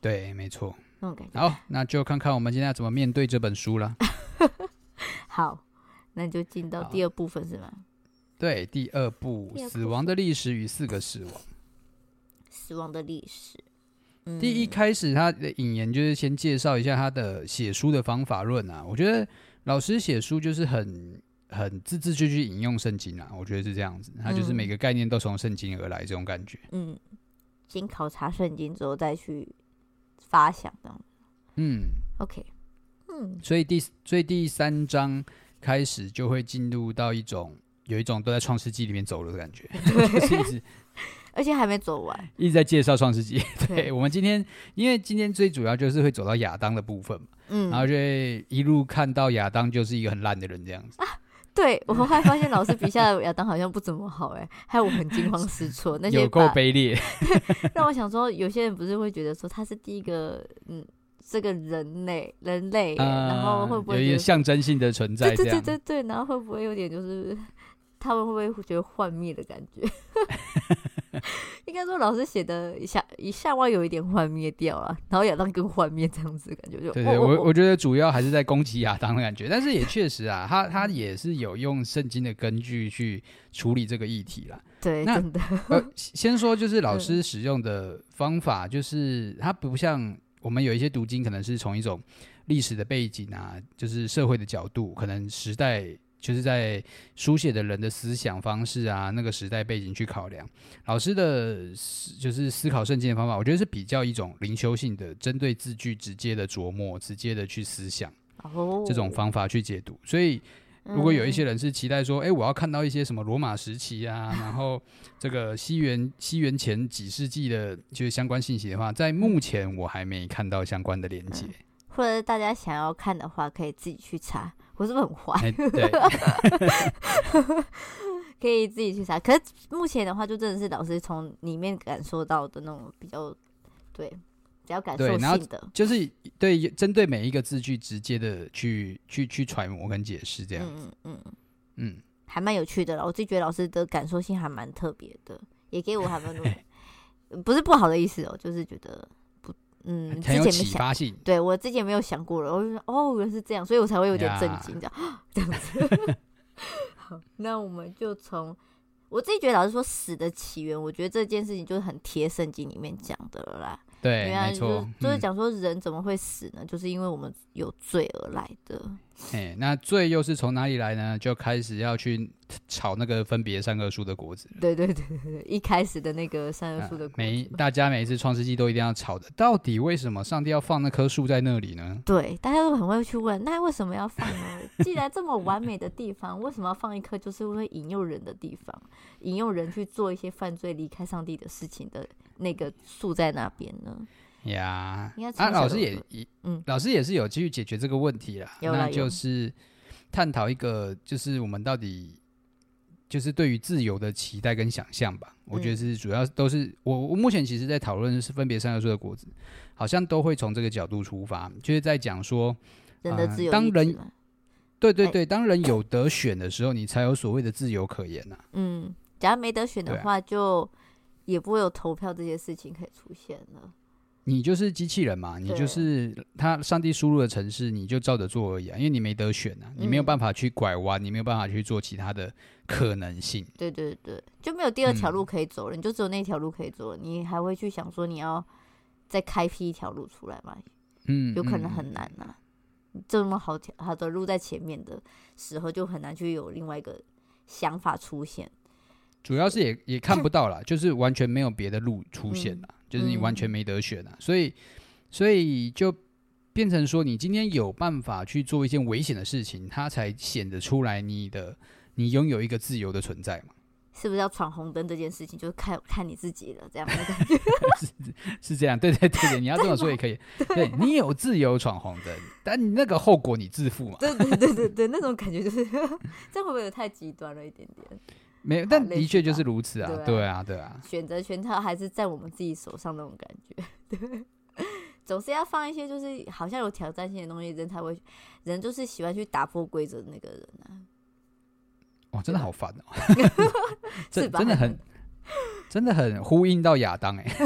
Speaker 2: 对，没错。
Speaker 3: 那种感觉。
Speaker 2: 好，那就看看我们今天要怎么面对这本书 了。
Speaker 3: 好，那就进到
Speaker 2: 好
Speaker 3: 第二部分是吗？
Speaker 2: 对，第二部
Speaker 3: 第
Speaker 2: 《
Speaker 3: 二部
Speaker 2: 死亡的历史与四个死亡》。
Speaker 3: 死亡的历史。嗯、
Speaker 2: 第一开始他的引言就是先介绍一下他的写书的方法论啊，我觉得老师写书就是很很字字句句引用圣经啊，我觉得是这样子，他就是
Speaker 3: 嗯
Speaker 2: 每个概念都从圣经而来这种感觉。
Speaker 3: 嗯，先考察圣经之后再去发想这样。
Speaker 2: 嗯，
Speaker 3: OK，嗯
Speaker 2: 所以第所以第三章开始就会进入到一种有一种都在创世纪里面走了的感 觉，就是一直
Speaker 3: 而且还没走完。
Speaker 2: 一直在介绍创世纪。对
Speaker 3: 对，
Speaker 2: 我们今天，因为今天最主要就是会走到亚当的部分嘛，然
Speaker 3: 嗯，
Speaker 2: 后就会一路看到亚当就是一个很烂的人这样子。
Speaker 3: 对我后来发现老师笔下的亚当好像不怎么好哎、害我很惊慌失措。那些
Speaker 2: 有够
Speaker 3: 把
Speaker 2: 卑劣，
Speaker 3: 让我想说，有些人不是会觉得说他是第一个，嗯，这个人类人类欸、然后会不
Speaker 2: 啊有
Speaker 3: 会
Speaker 2: 一
Speaker 3: 觉
Speaker 2: 个
Speaker 3: 得
Speaker 2: 象征性的存在
Speaker 3: 对
Speaker 2: 这
Speaker 3: 对
Speaker 2: 样
Speaker 3: 对？对对，然后会不会有点就是他们会不会觉得幻灭的感觉？ 应该说老师写的下一下外有一点幻灭掉了，然后亚当更幻灭这样子的感觉就
Speaker 2: 对
Speaker 3: 哦
Speaker 2: 对，
Speaker 3: 哦
Speaker 2: 我
Speaker 3: 哦
Speaker 2: 我觉得主要还是在攻击亚当的感觉，但是也确实啊，他他也是有用圣经的根据去处理这个议题啦。
Speaker 3: 对
Speaker 2: 那
Speaker 3: 真的
Speaker 2: 呃，先说就是老师使用的方法，就是它不像我们有一些读经，可能是从一种历史的背景啊，就是社会的角度，可能时代就是在书写的人的思想方式啊，那个时代背景去考量。老师的思就是思考圣经的方法，我觉得是比较一种灵修性的，针对字句直接的琢磨，直接的去思想
Speaker 3: 哦
Speaker 2: 这种方法去解读，所以。如果有
Speaker 3: 嗯
Speaker 2: 一些人是期待说，哎、我要看到一些什么罗马时期啊，然后这个西元西元前几世纪的，就是相关信息的话，在目前我还没看到相关的连接。
Speaker 3: 或者大家想要看的话，可以自己去查。我是不是很坏？
Speaker 2: 哎、对，哎
Speaker 3: 可以自己去查。可是目前的话，就真的是老师从里面感受到的那种比较，对，比较感受
Speaker 2: 对然后
Speaker 3: 性的。
Speaker 2: 就是对针对每一个字句直接的去去去揣摩跟解释这样。
Speaker 3: 嗯嗯嗯，嗯
Speaker 2: 嗯，
Speaker 3: 还蛮有趣的啦。我自己觉得老师的感受性还蛮特别的，也给我还蛮多呃不是不好的意思哦，就是觉得不，嗯，之
Speaker 2: 很
Speaker 3: 前
Speaker 2: 有
Speaker 3: 没
Speaker 2: 启
Speaker 3: 想，
Speaker 2: 发性。
Speaker 3: 对我之前没有想过了，我就说哦，原来是这样，所以我才会有点震
Speaker 2: 呀
Speaker 3: 惊这样这样 子。好，那我们就从。我自己觉得，老师说死的起源，我觉得这件事情就是很贴圣经里面讲的了啦。
Speaker 2: 对，
Speaker 3: 原来
Speaker 2: 没
Speaker 3: 就是
Speaker 2: 错，
Speaker 3: 就是
Speaker 2: 嗯
Speaker 3: 讲说人怎么会死呢？就是因为我们有罪而来的。
Speaker 2: 哎，那罪又是从哪里来呢？就开始要去炒那个分别善恶树的果子。
Speaker 3: 对对对对对，一开始的那个善恶树的
Speaker 2: 啊
Speaker 3: 果
Speaker 2: 每
Speaker 3: 子嘛
Speaker 2: 大家每一次创世纪都一定要吵的，到底为什么上帝要放那棵树在那里呢？
Speaker 3: 对，大家都很会去问，那为什么要放呢？既然这么完美的地方，为什么要放一颗就是会引诱人的地方，引诱人去做一些犯罪、离开上帝的事情的那个树在那边呢？
Speaker 2: 呀
Speaker 3: 应该，从
Speaker 2: 啊，
Speaker 3: 小
Speaker 2: 老
Speaker 3: 就
Speaker 2: 师也
Speaker 3: 有
Speaker 2: 也，
Speaker 3: 嗯
Speaker 2: 老师也是有继续解决这个问题啦，
Speaker 3: 有啦
Speaker 2: 那
Speaker 3: 有
Speaker 2: 就是探讨一个，就是我们到底就是对于自由的期待跟想象吧。我觉得
Speaker 3: 嗯
Speaker 2: 是主要都是我我目前其实在讨论是分别三个树的果子，好像都会从这个角度出发，就是在讲说，
Speaker 3: 人的
Speaker 2: 嗯
Speaker 3: 自由
Speaker 2: 当
Speaker 3: 意志
Speaker 2: 人
Speaker 3: 嘛
Speaker 2: 对对
Speaker 3: 哎
Speaker 2: 对，当人有得选的时候，你才有所谓的自由可言呐、
Speaker 3: 嗯，假如没得选
Speaker 2: 对
Speaker 3: 的
Speaker 2: 啊
Speaker 3: 话，就也不会有投票这些事情可以出现了。
Speaker 2: 你就是机器人嘛，你
Speaker 3: 对
Speaker 2: 就是他上帝输入的城市，你就照着做而已啊，因为你没得选啊，你没有
Speaker 3: 嗯
Speaker 2: 办法去拐弯，你没有办法去做其他的可能性。
Speaker 3: 对对对，就没有第二
Speaker 2: 嗯
Speaker 3: 条路可以走了，你就只有那条路可以走了，你还会去想说你要再开辟一条路出来吗？
Speaker 2: 嗯，
Speaker 3: 有可
Speaker 2: 嗯
Speaker 3: 能很。难呐、这么好条好的路在前面的时候，就很难去有另外一个想法出现。
Speaker 2: 主要是也也看不到啦， 就是完全没有别的路出现啦，
Speaker 3: 嗯
Speaker 2: 就是你完全没得选啊，所以所以就变成说，你今天有办法去做一件危险的事情，它才显得出来你的你拥有一个自由的存在嘛，
Speaker 3: 是不是要闯红灯这件事情，就看看你自己了，这样的感觉
Speaker 2: 是这样？对对 对对，你要这么说也可以，对你有自由闯红灯，但你那个后果你自负嘛。
Speaker 3: 对对对对对，那种感觉就是， 这样会不会有太极端了一点点？
Speaker 2: 没有，但
Speaker 3: 类
Speaker 2: 的
Speaker 3: 似
Speaker 2: 确就
Speaker 3: 吧
Speaker 2: 是如此啊，
Speaker 3: 对啊
Speaker 2: 对啊，对啊，
Speaker 3: 选择权它还是在我们自己手上那种感觉，对，总是要放一些就是好像有挑战性的东西，人才会，人就是喜欢去打破规则的那个人啊，
Speaker 2: 哇，真的好烦哦， 真
Speaker 3: 是吧
Speaker 2: 真的很，真的很呼应到亚当哎、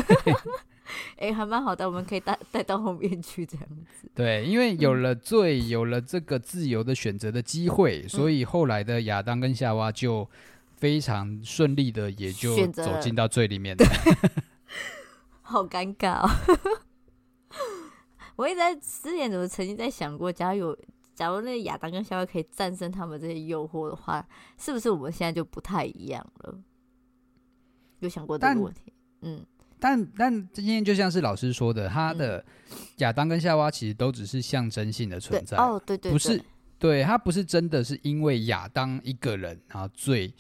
Speaker 3: 哎、还蛮好的，我们可以带带到后面去这样子，
Speaker 2: 对，因为
Speaker 3: 嗯
Speaker 2: 有了罪，有了这个自由的选择的机会，
Speaker 3: 嗯
Speaker 2: 所以后来的亚当跟夏娃就非常顺利的，也就
Speaker 3: 选择
Speaker 2: 走
Speaker 3: 了
Speaker 2: 进到罪里面了。
Speaker 3: 好尴 尬哦。我一直在失恋，怎么曾经在想过，假如有假如那个亚当跟夏娃可以战胜他们这些诱惑的话，是不是我们现在就不太一样了？有想过这
Speaker 2: 但
Speaker 3: 个问题？嗯，
Speaker 2: 但但今天就像是老师说的，他的亚当跟夏娃其实都只是象征性的
Speaker 3: 对
Speaker 2: 存，在，
Speaker 3: 哦，对对对，
Speaker 2: 不是对他不是真的是因为亚当一个人然后罪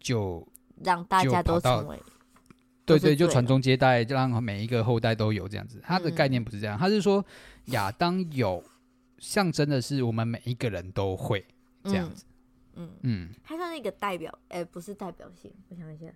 Speaker 2: 就
Speaker 3: 让大
Speaker 2: 就
Speaker 3: 家都
Speaker 2: 跑到
Speaker 3: 成为都
Speaker 2: 对
Speaker 3: 是
Speaker 2: 对，就
Speaker 3: 罪
Speaker 2: 传
Speaker 3: 了嗯
Speaker 2: 宗接代，让每一个后代都有这样子。他的概念不是这样，他是说亚当有象征的是我们每一个人都会这样子。
Speaker 3: 嗯，
Speaker 2: 嗯，
Speaker 3: 嗯，它算是一个代表，哎、不是代表性，我想一下。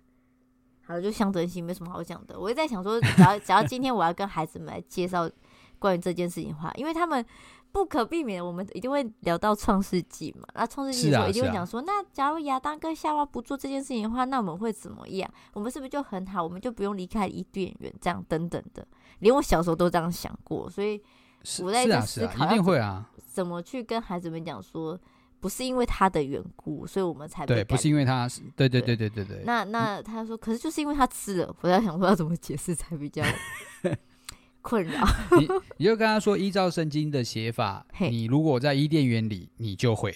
Speaker 3: 好了，就象征性，没什么好讲的。我也在 想说，只要只要今天我要跟孩子们来介绍关于这件事情的话，因为他们不可避免，我们一定会聊到创世纪嘛。那创世纪的时
Speaker 2: 是
Speaker 3: 候，
Speaker 2: 啊
Speaker 3: 一定会
Speaker 2: 是啊
Speaker 3: 讲说，那假如亚当跟夏娃不做这件事情的话，那我们会怎么样？我们是不是就很好？我们就不用离开伊甸园，这样等等的。连我小时候都这样想过，所以
Speaker 2: 是
Speaker 3: 我在
Speaker 2: 是啊
Speaker 3: 在
Speaker 2: 是
Speaker 3: 思
Speaker 2: 啊，
Speaker 3: 考
Speaker 2: 一
Speaker 3: 要
Speaker 2: 定
Speaker 3: 怎
Speaker 2: 会啊，
Speaker 3: 怎么去跟孩子们讲说，不是因为他的缘故，所以我们才被
Speaker 2: 对，不
Speaker 3: 赶
Speaker 2: 是因为他是，对对
Speaker 3: 对
Speaker 2: 对对对对，嗯
Speaker 3: 那那他说，可是就是因为他吃了，我在想说要怎么解释才 比较困扰。
Speaker 2: 你就跟他说，依照圣经的写法，
Speaker 3: 嘿
Speaker 2: 你如果在伊甸园里，你就 会，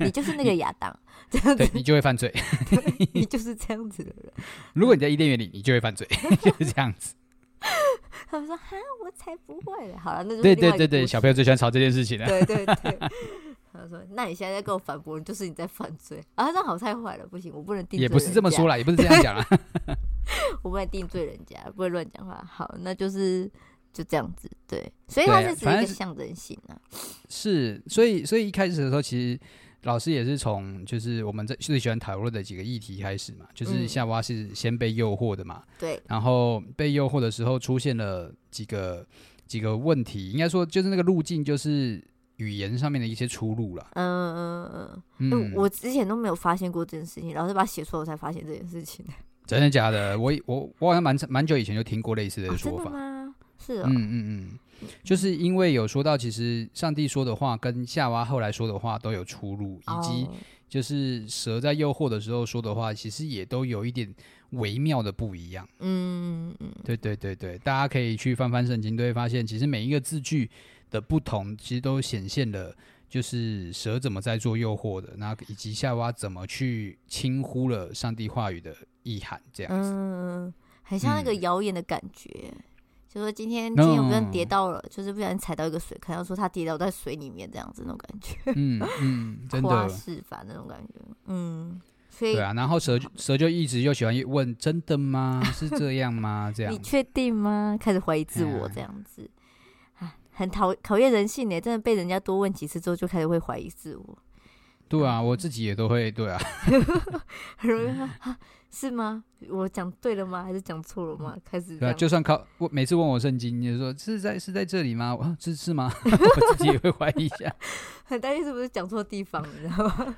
Speaker 3: 你就是那个亚当，这样
Speaker 2: 对
Speaker 3: 子，
Speaker 2: 你就会犯罪。
Speaker 3: 你就是这样子的人。
Speaker 2: 如果你在伊甸园里，你就会犯罪， 就是这样子。
Speaker 3: 他们说哈，我才不会嘞。好了，那就是
Speaker 2: 对
Speaker 3: 另
Speaker 2: 对
Speaker 3: 外一
Speaker 2: 对
Speaker 3: 个
Speaker 2: 对，
Speaker 3: 故事
Speaker 2: 小朋友最喜欢吵这件事情了。
Speaker 3: 对对对。他说：“那你现在在跟我反驳，就是你在犯罪啊！这样好太坏了，不行，我不能定罪。
Speaker 2: 也不是这么说，啦，也不是这样讲啦。
Speaker 3: 我不能定罪人家，不会乱讲话。好，那就是就这样子，对。所以
Speaker 2: 对
Speaker 3: 它
Speaker 2: 啊
Speaker 3: 是只是
Speaker 2: 反
Speaker 3: 一
Speaker 2: 正
Speaker 3: 个
Speaker 2: 是
Speaker 3: 象征性啊，
Speaker 2: 是，所以所以一开始的时候，其实老师也是从就是我们在最喜欢讨论的几个议题开始嘛，就是
Speaker 3: 嗯
Speaker 2: 夏娃是先被诱惑的嘛，
Speaker 3: 对，
Speaker 2: 然后被诱惑的时候出现了几个几个问题，应该说就是那个路径就是语言上面的一些出路啦。
Speaker 3: 嗯嗯嗯。”哎、
Speaker 2: 嗯，
Speaker 3: 我之前都没有发现过这件事情，老师把它写出来，我才发现这件事情。
Speaker 2: 真的假的？我我我好像蛮蛮久以前就听过类似
Speaker 3: 哦
Speaker 2: 的
Speaker 3: 真
Speaker 2: 说
Speaker 3: 的
Speaker 2: 法。
Speaker 3: 吗？是哦，
Speaker 2: 嗯嗯嗯，就是因为有说到，其实上帝说的话跟夏娃后来说的话都有出入，以及、
Speaker 3: 哦
Speaker 2: 就是蛇在诱惑的时候说的话，其实也都有一点微妙的不一样。
Speaker 3: 嗯嗯
Speaker 2: 对对对对，大家可以去翻翻圣经，都会发现，其实每一个字句的不同，其实都显现了就是蛇怎么在做诱惑的，那以及夏娃怎么去轻忽了上帝话语的意涵，这样子。
Speaker 3: 嗯，很像那个
Speaker 2: 嗯
Speaker 3: 谣言的感觉。就说今天今天我们
Speaker 2: 嗯
Speaker 3: 跌到了，就是不小心踩到一个水坑，然后说他跌倒在水里面这样子那种感觉，
Speaker 2: 嗯嗯，真
Speaker 3: 夸
Speaker 2: 的。
Speaker 3: 饰法那种感觉。嗯，所以
Speaker 2: 对啊，然后蛇就蛇就一直就喜欢问：“真的吗？是这样吗？”这样
Speaker 3: 你确定吗？开始怀疑自我
Speaker 2: 哎呀
Speaker 3: 这样子，啊，很讨考验人性欸呢。真的被人家多问几次之后，就开始会怀疑自我。
Speaker 2: 对啊，我自己也都会对啊，嗯
Speaker 3: 很容易说啊，是吗？我讲对了吗？还是讲错了吗？开始这
Speaker 2: 对啊，
Speaker 3: 样，
Speaker 2: 就算考我每次问我圣经，你就说是在是在这里吗？我 啊是是吗？我自己也会怀疑一 下。
Speaker 3: 很担心是不是讲错地方了，你知道吗？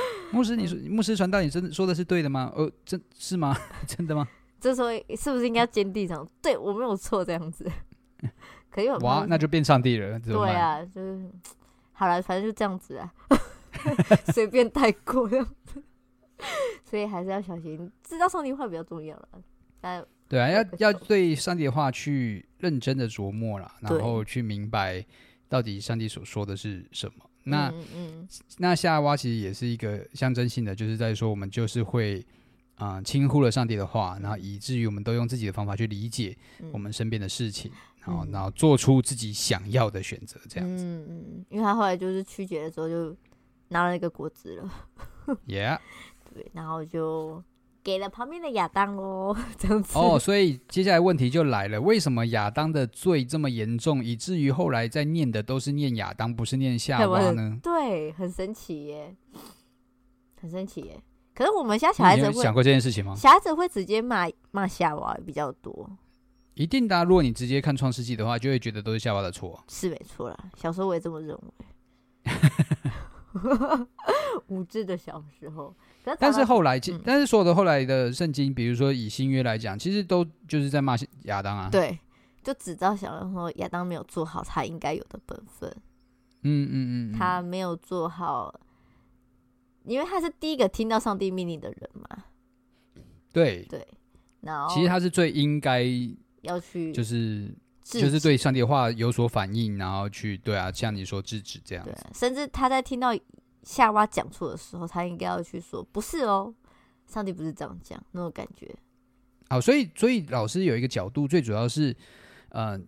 Speaker 2: 牧师，你说牧师传道，你真的说的是对的吗？哦，真是吗？ 真的吗？
Speaker 3: 这时候是不是应该坚定讲，对我没有错这样 子？可以有
Speaker 2: 嗯哇，那就变上帝了，怎么
Speaker 3: 对
Speaker 2: 办？
Speaker 3: 啊，就是好了，反正就这样子啊， 随便带过这样子。 所以还是要小心，知道上帝话比较重要了。但
Speaker 2: 对啊，
Speaker 3: 不
Speaker 2: 要要
Speaker 3: 错
Speaker 2: 对上帝的话去认真的琢磨啦，然
Speaker 3: 对
Speaker 2: 后去明白到底上帝所说的是什么。那、
Speaker 3: 嗯嗯
Speaker 2: 那夏娃其实也是一个象征性的，就是在说我们就是会。啊、轻忽了上帝的话，然后以至于我们都用自己的方法去理解
Speaker 3: 嗯
Speaker 2: 我们身边的事情，然后
Speaker 3: 嗯
Speaker 2: 然后做出自己想要的选择，这样子。
Speaker 3: 嗯嗯嗯，因为他后来就是曲解的时候就拿了一个果子了。
Speaker 2: Yeah，
Speaker 3: 对，然后就给了旁边的亚当喽， 这样子。
Speaker 2: 哦，所以接下来问题就来了，为什么亚当的罪这么严重，以至于后来在念的都是念亚当，不是念夏娃呢？
Speaker 3: 对，很神奇耶，很神奇耶。可是 我们家小孩
Speaker 2: 你
Speaker 3: 子
Speaker 2: 有
Speaker 3: 会，
Speaker 2: 想过这件事情吗？
Speaker 3: 小孩子会直接骂骂夏娃比较多，
Speaker 2: 一定的啊、如果你直接看《创世纪》的话，就会觉得都是夏娃的错啊。
Speaker 3: 是没错啦。小时候我也这么认为， 无知的小时候。可是长
Speaker 2: 但是
Speaker 3: 大
Speaker 2: 后来，其
Speaker 3: 嗯
Speaker 2: 但是所有的后来的圣经，比如说以新约来讲，其实都就是在骂亚当啊。，
Speaker 3: 对，就只知道小时候亚当没有做好他应该有的本分，
Speaker 2: 嗯嗯嗯，嗯
Speaker 3: 他没有做好，因为他是第一个听到上帝命令的人嘛。
Speaker 2: 对，
Speaker 3: 对，然后
Speaker 2: 其实他是最应该
Speaker 3: 要去
Speaker 2: 就是
Speaker 3: 嗯制
Speaker 2: 就是
Speaker 3: 止
Speaker 2: 对上帝的话有所反应，然后去对啊，像你说制止这样
Speaker 3: 对
Speaker 2: 子，，
Speaker 3: 甚至他在听到夏娃讲错的时候，他应该要去说不是哦，上帝不是这样讲那种感觉。
Speaker 2: 好，所以所以老师有一个角度，最主要是，呃，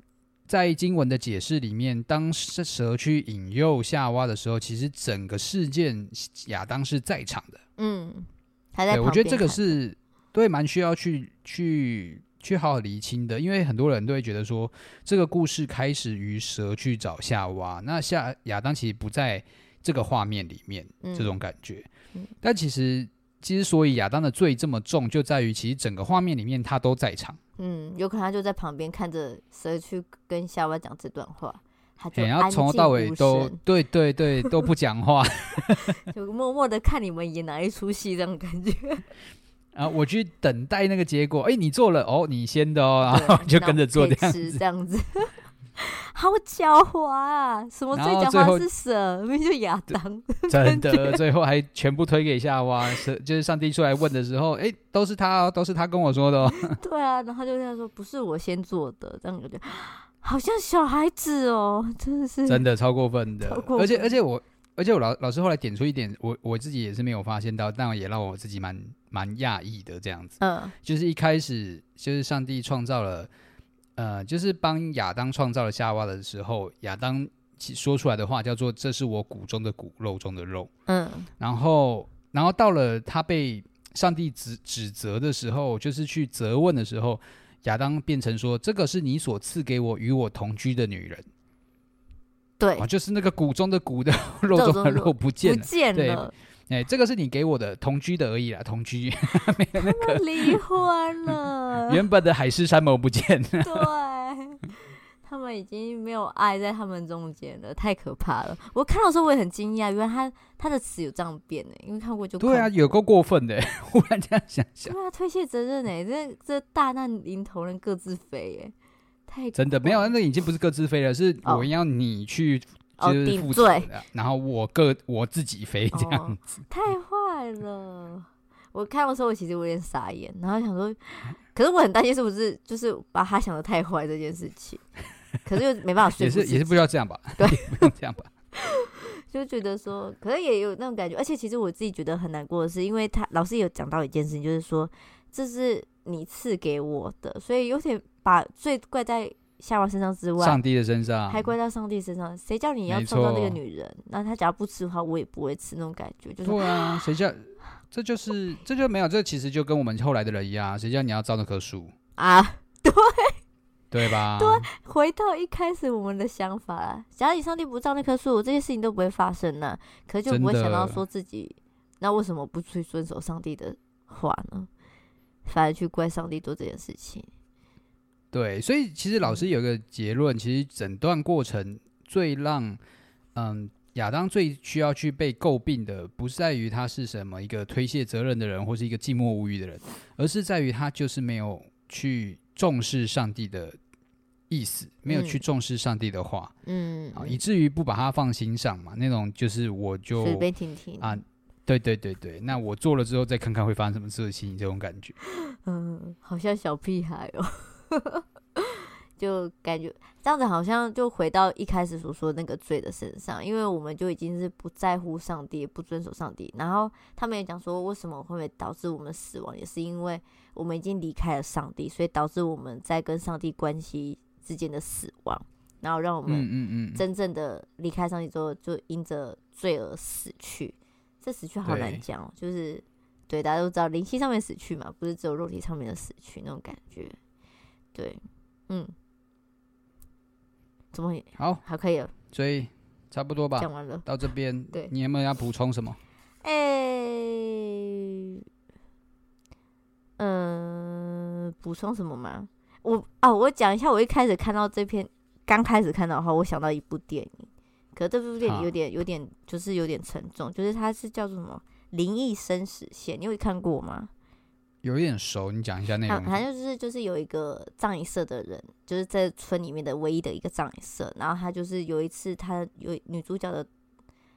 Speaker 2: 在经文的解释里面，当蛇蛇去引诱夏娃的时候，其实整个事件亚当是在场的。
Speaker 3: 嗯，还在
Speaker 2: 对，
Speaker 3: 旁
Speaker 2: 我觉得
Speaker 3: 边
Speaker 2: 这个
Speaker 3: 看
Speaker 2: 是对蛮需要去去去好好厘清的，因为很多人都会觉得说，这个故事开始于蛇去找夏娃，那夏亚当其实不在这个画面里面，
Speaker 3: 嗯
Speaker 2: 这种感觉。
Speaker 3: 嗯
Speaker 2: 但其实之所以亚当的罪这么重，就在于其实整个画面里面他都在场。
Speaker 3: 嗯，有可能他就在旁边看着蛇去跟夏娃讲这段话，他
Speaker 2: 嘿
Speaker 3: 就
Speaker 2: 然
Speaker 3: 安
Speaker 2: 后
Speaker 3: 静
Speaker 2: 从
Speaker 3: 无
Speaker 2: 头
Speaker 3: 声，
Speaker 2: 到尾都对对对都不讲话
Speaker 3: 就默默的看你们演哪一出戏，这样的感 觉。
Speaker 2: 啊，我去等待那个结果。哎，你做了哦，你先的哦，然后就跟着做这
Speaker 3: 这
Speaker 2: 样
Speaker 3: 吃
Speaker 2: 子。
Speaker 3: 这样子， 好狡猾啊！什么最
Speaker 2: 然后
Speaker 3: 狡
Speaker 2: 最后
Speaker 3: 猾是蛇，明明就亚当。
Speaker 2: 真的，最后还全部推给夏娃，是就是上帝出来问的时候，哎，都是他哦，都是他跟我说的哦。
Speaker 3: 对啊，然后就跟他说不是我先做的，这样感觉 好像小孩子哦， 真的是
Speaker 2: 真的超过分的
Speaker 3: 超，过
Speaker 2: 而且
Speaker 3: 分
Speaker 2: 而且我而且我老老师后来点出一点，我我自己也是没有发现到，但也让我自己蛮蛮讶异的这样子，
Speaker 3: 嗯
Speaker 2: 就是一开始就是上帝创造了，呃，就是帮亚当创造了夏娃的时候，亚当其说出来的话叫做“这是我骨中的骨，肉中的肉”，
Speaker 3: 嗯
Speaker 2: 然后然后到了他被上帝指指责的时候，就是去责问的时候。亚当变成说：“这个是你所赐给我与我同居的女人。”
Speaker 3: 对
Speaker 2: 哦，，就是那个骨中的骨的肉 中的肉不见
Speaker 3: 不
Speaker 2: 了。
Speaker 3: 见
Speaker 2: 对
Speaker 3: 了，
Speaker 2: 哎、这个是你给我的同居的而已啦，同居
Speaker 3: 他们离婚了，
Speaker 2: 原本的海誓山盟不见了。
Speaker 3: 对。 他们已经没有爱在他们中间了，太可怕了！我看到的时候我也很惊讶，原来他他的词有这样变欸呢，因为看过就
Speaker 2: 对啊，
Speaker 3: 看
Speaker 2: 有够过分的， 忽然这样想想，
Speaker 3: 对啊，推卸责任哎，这这大难临头人各自飞哎，太
Speaker 2: 真的没有，
Speaker 3: 狂
Speaker 2: 那已经不是各自飞了，是
Speaker 3: 哦
Speaker 2: 我要你去
Speaker 3: 哦
Speaker 2: 就是
Speaker 3: 顶
Speaker 2: 负责
Speaker 3: 罪，
Speaker 2: 的，然后我各我自己飞 这样子。
Speaker 3: 哦太坏了！我看的时候，我其实有点傻眼，然后想说，
Speaker 2: 啊
Speaker 3: 可是我很担心是不是就是把他想的太坏这件事 情，可是又没办法说
Speaker 2: 也
Speaker 3: 服
Speaker 2: 是
Speaker 3: 自
Speaker 2: 也
Speaker 3: 己，
Speaker 2: 是不需要这样吧，
Speaker 3: 对
Speaker 2: 也 不用这样吧。
Speaker 3: 就觉得说，可是也有那种感觉。而且其实我自己觉得很难过的是，因为他老师有讲到一件事情，就是说这是你赐给我的，所以有点把罪怪在夏娃身上之外，
Speaker 2: 上帝的身上，
Speaker 3: 还怪到上帝身上。谁叫你要
Speaker 2: 没
Speaker 3: 创造这个
Speaker 2: 错
Speaker 3: 女人？那他只要不吃的话，我也不会吃那种感觉，就是
Speaker 2: 对 啊，谁叫这就是这就没有，这其实就跟我们后来的人一样，啊谁叫你要造那棵树，
Speaker 3: 啊，
Speaker 2: 对吧？
Speaker 3: 对回到一开始我们的想法啦，假如你上帝不造那棵树，这些事情都不会发生呢、可是就不会
Speaker 2: 真的
Speaker 3: 想到说自己，那为什么不去遵守上帝的话呢？反而去怪上帝做这件事情。
Speaker 2: 对，所以其实老师有一个结论，其实整段过程最让嗯亚当最需要去被诟病的，不是在于他是什么一个推卸责任的人，或是一个寂寞无语的人，而是在于他就是没有去重视上帝的意思，没有去
Speaker 3: 嗯
Speaker 2: 重视上帝的话，
Speaker 3: 嗯，
Speaker 2: 啊、以至于不把他放心上嘛，那种就是我就
Speaker 3: 随便听听
Speaker 2: 啊。对对对对，那我做了之后再看看会发生什么事情，这种感觉。
Speaker 3: 嗯，好像小屁孩哦， 就感觉这样子好像就回到一开始所说那个罪的身上，因为我们就已经是不在乎上帝，不遵守上帝。然后他们也讲说，为什么会导致我们死亡，也是因为我们已经离开了上帝，所以导致我们在跟上帝关系之间的死亡，然后让我们
Speaker 2: 嗯嗯嗯，
Speaker 3: 真正的离开上帝之后，就因着罪而死去。这死去好难
Speaker 2: 对
Speaker 3: 讲哦，就是对大家都知道灵性上面死去嘛，不是只有肉体上面的死去那种感觉。对，嗯，怎么也
Speaker 2: 好，
Speaker 3: 还可以了
Speaker 2: 所以差不多吧。
Speaker 3: 讲完了？
Speaker 2: 到这边，
Speaker 3: 对
Speaker 2: 你有没有要补充什么？
Speaker 3: 哎、嗯，补充什么吗？我啊，我讲一下，我一开始看到这篇，刚开始看到的话，我想到一部电影，可这部电影
Speaker 2: 好
Speaker 3: 有点有点就是有点沉重，就是它是叫做什么《灵异生死线》，你有看过吗？
Speaker 2: 有一点熟，你讲一下内容
Speaker 3: 反。反正就是就是有一个葬仪社的人，就是在村里面的唯一的一个葬仪社。然后他就是有一次，他有女主角的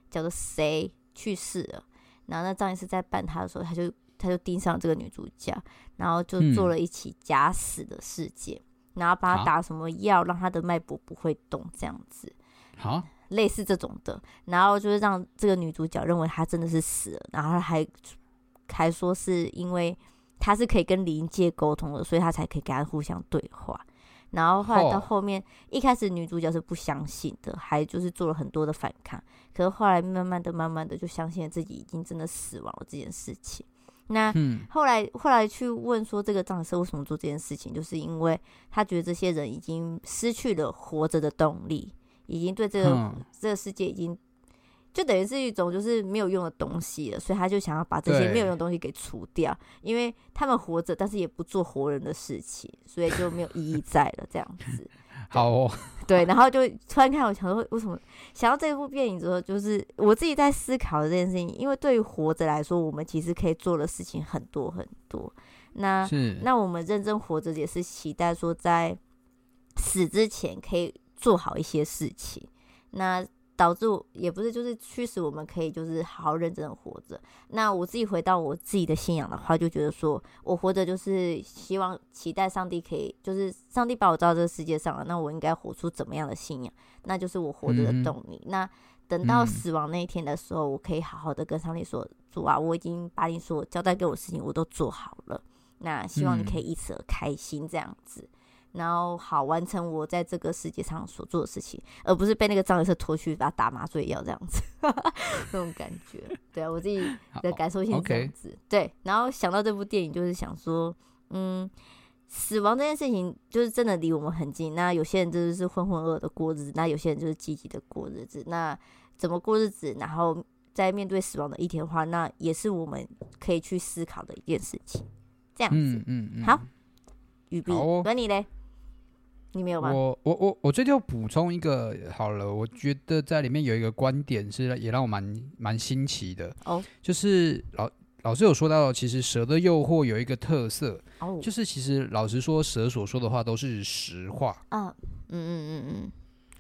Speaker 3: 叫做谁去世了，然后那葬仪社在办他的时候，他就他就盯上了这个女主角，然后就
Speaker 2: 嗯
Speaker 3: 做了一起假死的事件。然后帮他
Speaker 2: 啊
Speaker 3: 打什么药，让他的脉搏不会动，这样子。
Speaker 2: 好，
Speaker 3: 类似这种的，然后就是让这个女主角认为她真的是死了，然后还还说是因为她是可以跟灵界沟通的，所以她才可以跟她互相对话。然后后来到
Speaker 2: 哦
Speaker 3: 后面一开始女主角是不相信的，还就是做了很多的反抗，可是后来慢慢的、慢慢的就相信了自己已经真的死亡了这件事情。那
Speaker 2: 嗯，
Speaker 3: 后来后来去问说这个葬师为什么做这件事情，就是因为他觉得这些人已经失去了活着的动力，已经对这个、
Speaker 2: 嗯
Speaker 3: 这个世界已经就等于是一种就是没有用的东西了，所以他就想要把这些
Speaker 2: 对
Speaker 3: 没有用的东西给除掉，因为他们活着，但是也不做活人的事情，所以就没有意义在了，这样子。
Speaker 2: 好哦，
Speaker 3: 对，然后就突然看，我想说，为什么想到这部电影之后，就是我自己在思考这件事情，因为对于活着来说，我们其实可以做的事情很多很多。那
Speaker 2: 是，
Speaker 3: 啊那我们认真活着，也是期待说在死之前可以做好一些事情。那导致我也不是就是驱使我们可以就是好好认真的活着。那我自己回到我自己的信仰的话，就觉得说我活着就是希望期待上帝可以，就是上帝把我造到这个世界上了，那我应该活出怎么样的信仰？那就是我活着的
Speaker 2: 嗯哼
Speaker 3: 动力。那等到
Speaker 2: 嗯
Speaker 3: 死亡那一天的时候，我可以好好的跟上帝说：“主啊，我已经把你所交代给我的事情我都做好了，那希望你
Speaker 2: 嗯
Speaker 3: 可以因此而开心这样子，然后好完成我在这个世界上所做的事情，而不是被那个张医生拖去把他打麻醉药这样子， 那种感觉。对啊，我自己
Speaker 2: 好
Speaker 3: 的感受性是这
Speaker 2: OK
Speaker 3: 样子。对，然后想到这部电影，就是想说，嗯，死亡这件事情就是真的离我们很近。那有些人就是浑浑噩噩的过日子，那有些人就是积极的过日子。那怎么过日子，然后在面对死亡的一天的话，那也是我们可以去思考的一件事情。这样子
Speaker 2: 嗯，嗯嗯，
Speaker 3: 好语毕、
Speaker 2: 好哦
Speaker 3: 管你嘞，你没有吗？
Speaker 2: 我我我我最后补充一个好了，我觉得在里面有一个观点是也让我蛮蛮新奇的
Speaker 3: 哦
Speaker 2: 就是老老师有说到，其实蛇的诱惑有一个特色，
Speaker 3: 哦，
Speaker 2: 就是其实老实说，蛇所说的话都是实话，
Speaker 3: 啊，嗯嗯嗯嗯，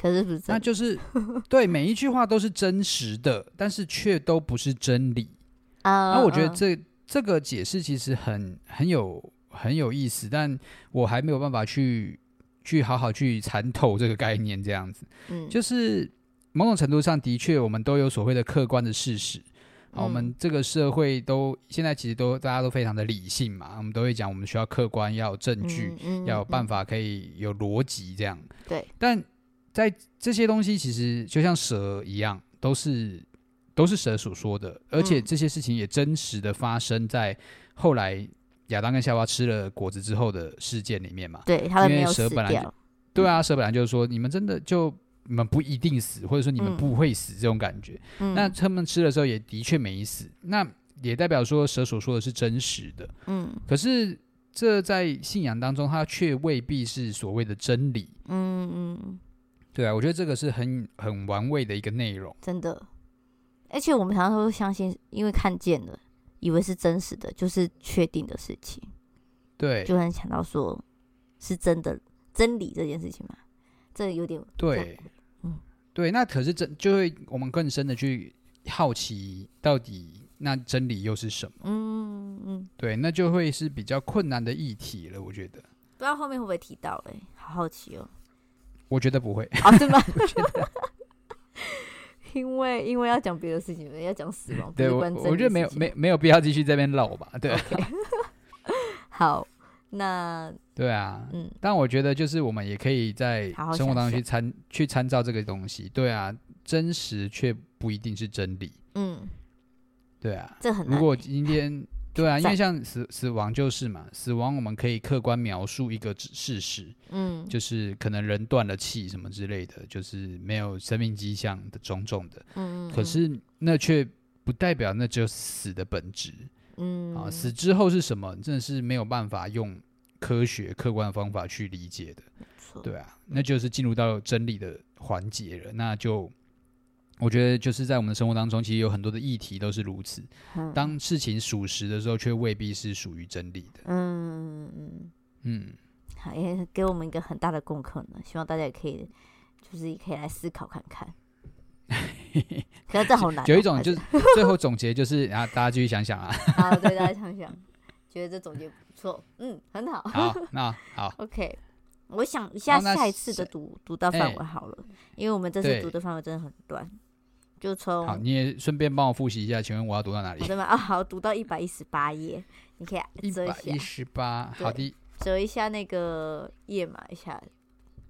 Speaker 3: 可是不是真
Speaker 2: 那
Speaker 3: 的
Speaker 2: 就是 对每一句话都是真实的，但是却都不是真理。
Speaker 3: 啊？
Speaker 2: 那我觉得
Speaker 3: 嗯
Speaker 2: 这这个解释其实很很有很有意思，但我还没有办法去去好好去参透这个概念，这样子。
Speaker 3: 嗯
Speaker 2: 就是某种程度上，的确我们都有所谓的客观的事实。啊，我
Speaker 3: 嗯
Speaker 2: 们这个社会都现在其实都大家都非常的理性嘛，我们都会讲我们需要客观，要有证据，
Speaker 3: 嗯
Speaker 2: 要有办
Speaker 3: 法，
Speaker 2: 法可以有逻辑这样。
Speaker 3: 对，
Speaker 2: 但在这些东西其实就像蛇一样，都是都是蛇所说的，而且
Speaker 3: 嗯
Speaker 2: 这些事情也真实的发生在后来亚当跟夏娃吃了果子之后的事件里面嘛。
Speaker 3: 对他们
Speaker 2: 因
Speaker 3: 没
Speaker 2: 为
Speaker 3: 有
Speaker 2: 蛇
Speaker 3: 死
Speaker 2: 本来
Speaker 3: 掉，
Speaker 2: 对
Speaker 3: 嗯
Speaker 2: 啊，蛇本来就是说你们真的就你们不一定死，或者说你们
Speaker 3: 嗯
Speaker 2: 不会死这种感觉。
Speaker 3: 嗯
Speaker 2: 那他们吃的时候也的确没死，那也代表说蛇所说的是真实的。
Speaker 3: 嗯
Speaker 2: 可是这在信仰当中，它却未必是所谓的真理。
Speaker 3: 嗯嗯嗯，
Speaker 2: 对啊，我觉得这个是很很玩味的一个内容。
Speaker 3: 真的。而且我们常常都相信，因为看见了，以为是真实的，就是确定的事情，
Speaker 2: 对
Speaker 3: 就很想到说是真的真理这件事情嘛，这有点
Speaker 2: 对
Speaker 3: 嗯，
Speaker 2: 对，那可是真就会我们更深的去好奇，到底那真理又是什么？
Speaker 3: 嗯嗯嗯，
Speaker 2: 对，那就会是比较困难的议题了。我觉得，
Speaker 3: 不知道后面会不会提到哎、好好奇哦。
Speaker 2: 我觉得不 会。
Speaker 3: 啊，对吗？ 因为因为要讲别的事情，要讲死 亡，不
Speaker 2: 对
Speaker 3: 是
Speaker 2: 我
Speaker 3: 关，
Speaker 2: 我觉得没有没
Speaker 3: 有
Speaker 2: 没有必要继续这边唠吧。对啊，
Speaker 3: 好。那
Speaker 2: 对啊。
Speaker 3: 嗯，
Speaker 2: 但我觉得就是我们也可以在
Speaker 3: 好好
Speaker 2: 生活
Speaker 3: 想
Speaker 2: 当中
Speaker 3: 想
Speaker 2: 去参去参照这个东西。对啊，真实却不一定是真理。
Speaker 3: 嗯，
Speaker 2: 对啊，
Speaker 3: 这很
Speaker 2: 如
Speaker 3: 难。
Speaker 2: 果今天对啊，因为
Speaker 3: 在
Speaker 2: 像死死亡就是嘛，死亡我们可以客观描述一个指事实，
Speaker 3: 嗯
Speaker 2: 就是可能人断了气什么之类的，就是没有生命迹象的种种的。
Speaker 3: 嗯，
Speaker 2: 可是那却不代表那就是死的本质
Speaker 3: 嗯
Speaker 2: 啊！死之后是什么，真的是没有办法用科学客观的方法去理解的。
Speaker 3: 嗯
Speaker 2: 对啊，那就是进入到真理的环节了。那就我觉得就是在我们的生活当中，其实有很多的议题都是如此。
Speaker 3: 嗯当
Speaker 2: 当事情属实的时候，却未必是属于真理的。
Speaker 3: 嗯嗯
Speaker 2: 嗯，
Speaker 3: 好，也给我们一个很大的功课呢，希望大家也可以就是可以来思考看看。可是这好难哦，
Speaker 2: 有一种
Speaker 3: 还
Speaker 2: 就是是最后总结就是啊，大家继续想想啊。
Speaker 3: 好，对大家想想，觉得这总结不错，嗯，很好。
Speaker 2: 好，那好，
Speaker 3: OK，我想一下
Speaker 2: 好那
Speaker 3: 下一次的
Speaker 2: 下
Speaker 3: 读读到
Speaker 2: 哎
Speaker 3: 范围好了，因为我们这次
Speaker 2: 对
Speaker 3: 读的范围真的很短，就从
Speaker 2: 好，你也顺便帮我复习一下，请问我要读到哪里
Speaker 3: 哦我？这边啊，好读到一百一十八页，你可以
Speaker 2: 一
Speaker 3: 折一
Speaker 2: 百一
Speaker 3: 下，
Speaker 2: 十八，
Speaker 3: 啊对
Speaker 2: 好的，
Speaker 3: 折一下那个页码一下，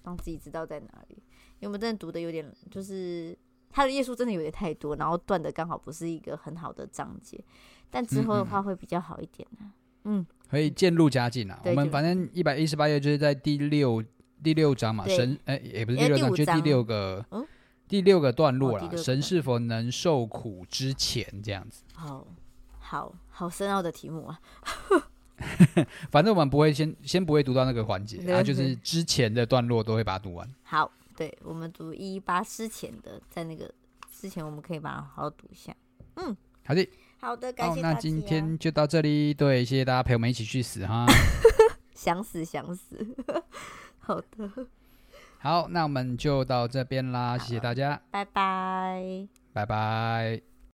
Speaker 3: 让自己知道在哪里。因为我们真的读的有点，就是它的页数真的有点太多，然后断的刚好不是一个很好的章节，但
Speaker 2: 嗯
Speaker 3: 之后的话会比较好一点啊。嗯，
Speaker 2: 可以渐入佳境啊。
Speaker 3: 对
Speaker 2: 我们
Speaker 3: 就
Speaker 2: 反正一百一十八页就是在第六第六章嘛，
Speaker 3: 对
Speaker 2: 神哎也不是
Speaker 3: 哎
Speaker 2: 第六
Speaker 3: 第
Speaker 2: 章，
Speaker 3: 五
Speaker 2: 就是第
Speaker 3: 章
Speaker 2: 六个
Speaker 3: 嗯
Speaker 2: 第六个段落
Speaker 3: 哦第
Speaker 2: 啦
Speaker 3: 六。个
Speaker 2: 神
Speaker 3: 段
Speaker 2: 是否能受苦之前这样子？
Speaker 3: 好好好深奥的题目啊，
Speaker 2: 反正我们不会先先不会读到那个环节，
Speaker 3: 对
Speaker 2: 然后就
Speaker 3: 对
Speaker 2: 是之前的段落都会把它读完。
Speaker 3: 好，对我们读一一八之前的，在那个之前我们可以把它好好读一下。
Speaker 2: 好的，
Speaker 3: 好的，感
Speaker 2: 哦，
Speaker 3: 谢大啊
Speaker 2: 那
Speaker 3: 家。
Speaker 2: 今天就到这里，对，谢谢大家陪我们一起去死哈。
Speaker 3: 想死想死， 好的，
Speaker 2: 好，那我们就到这边啦，谢谢大家，
Speaker 3: 拜拜。
Speaker 2: 拜拜。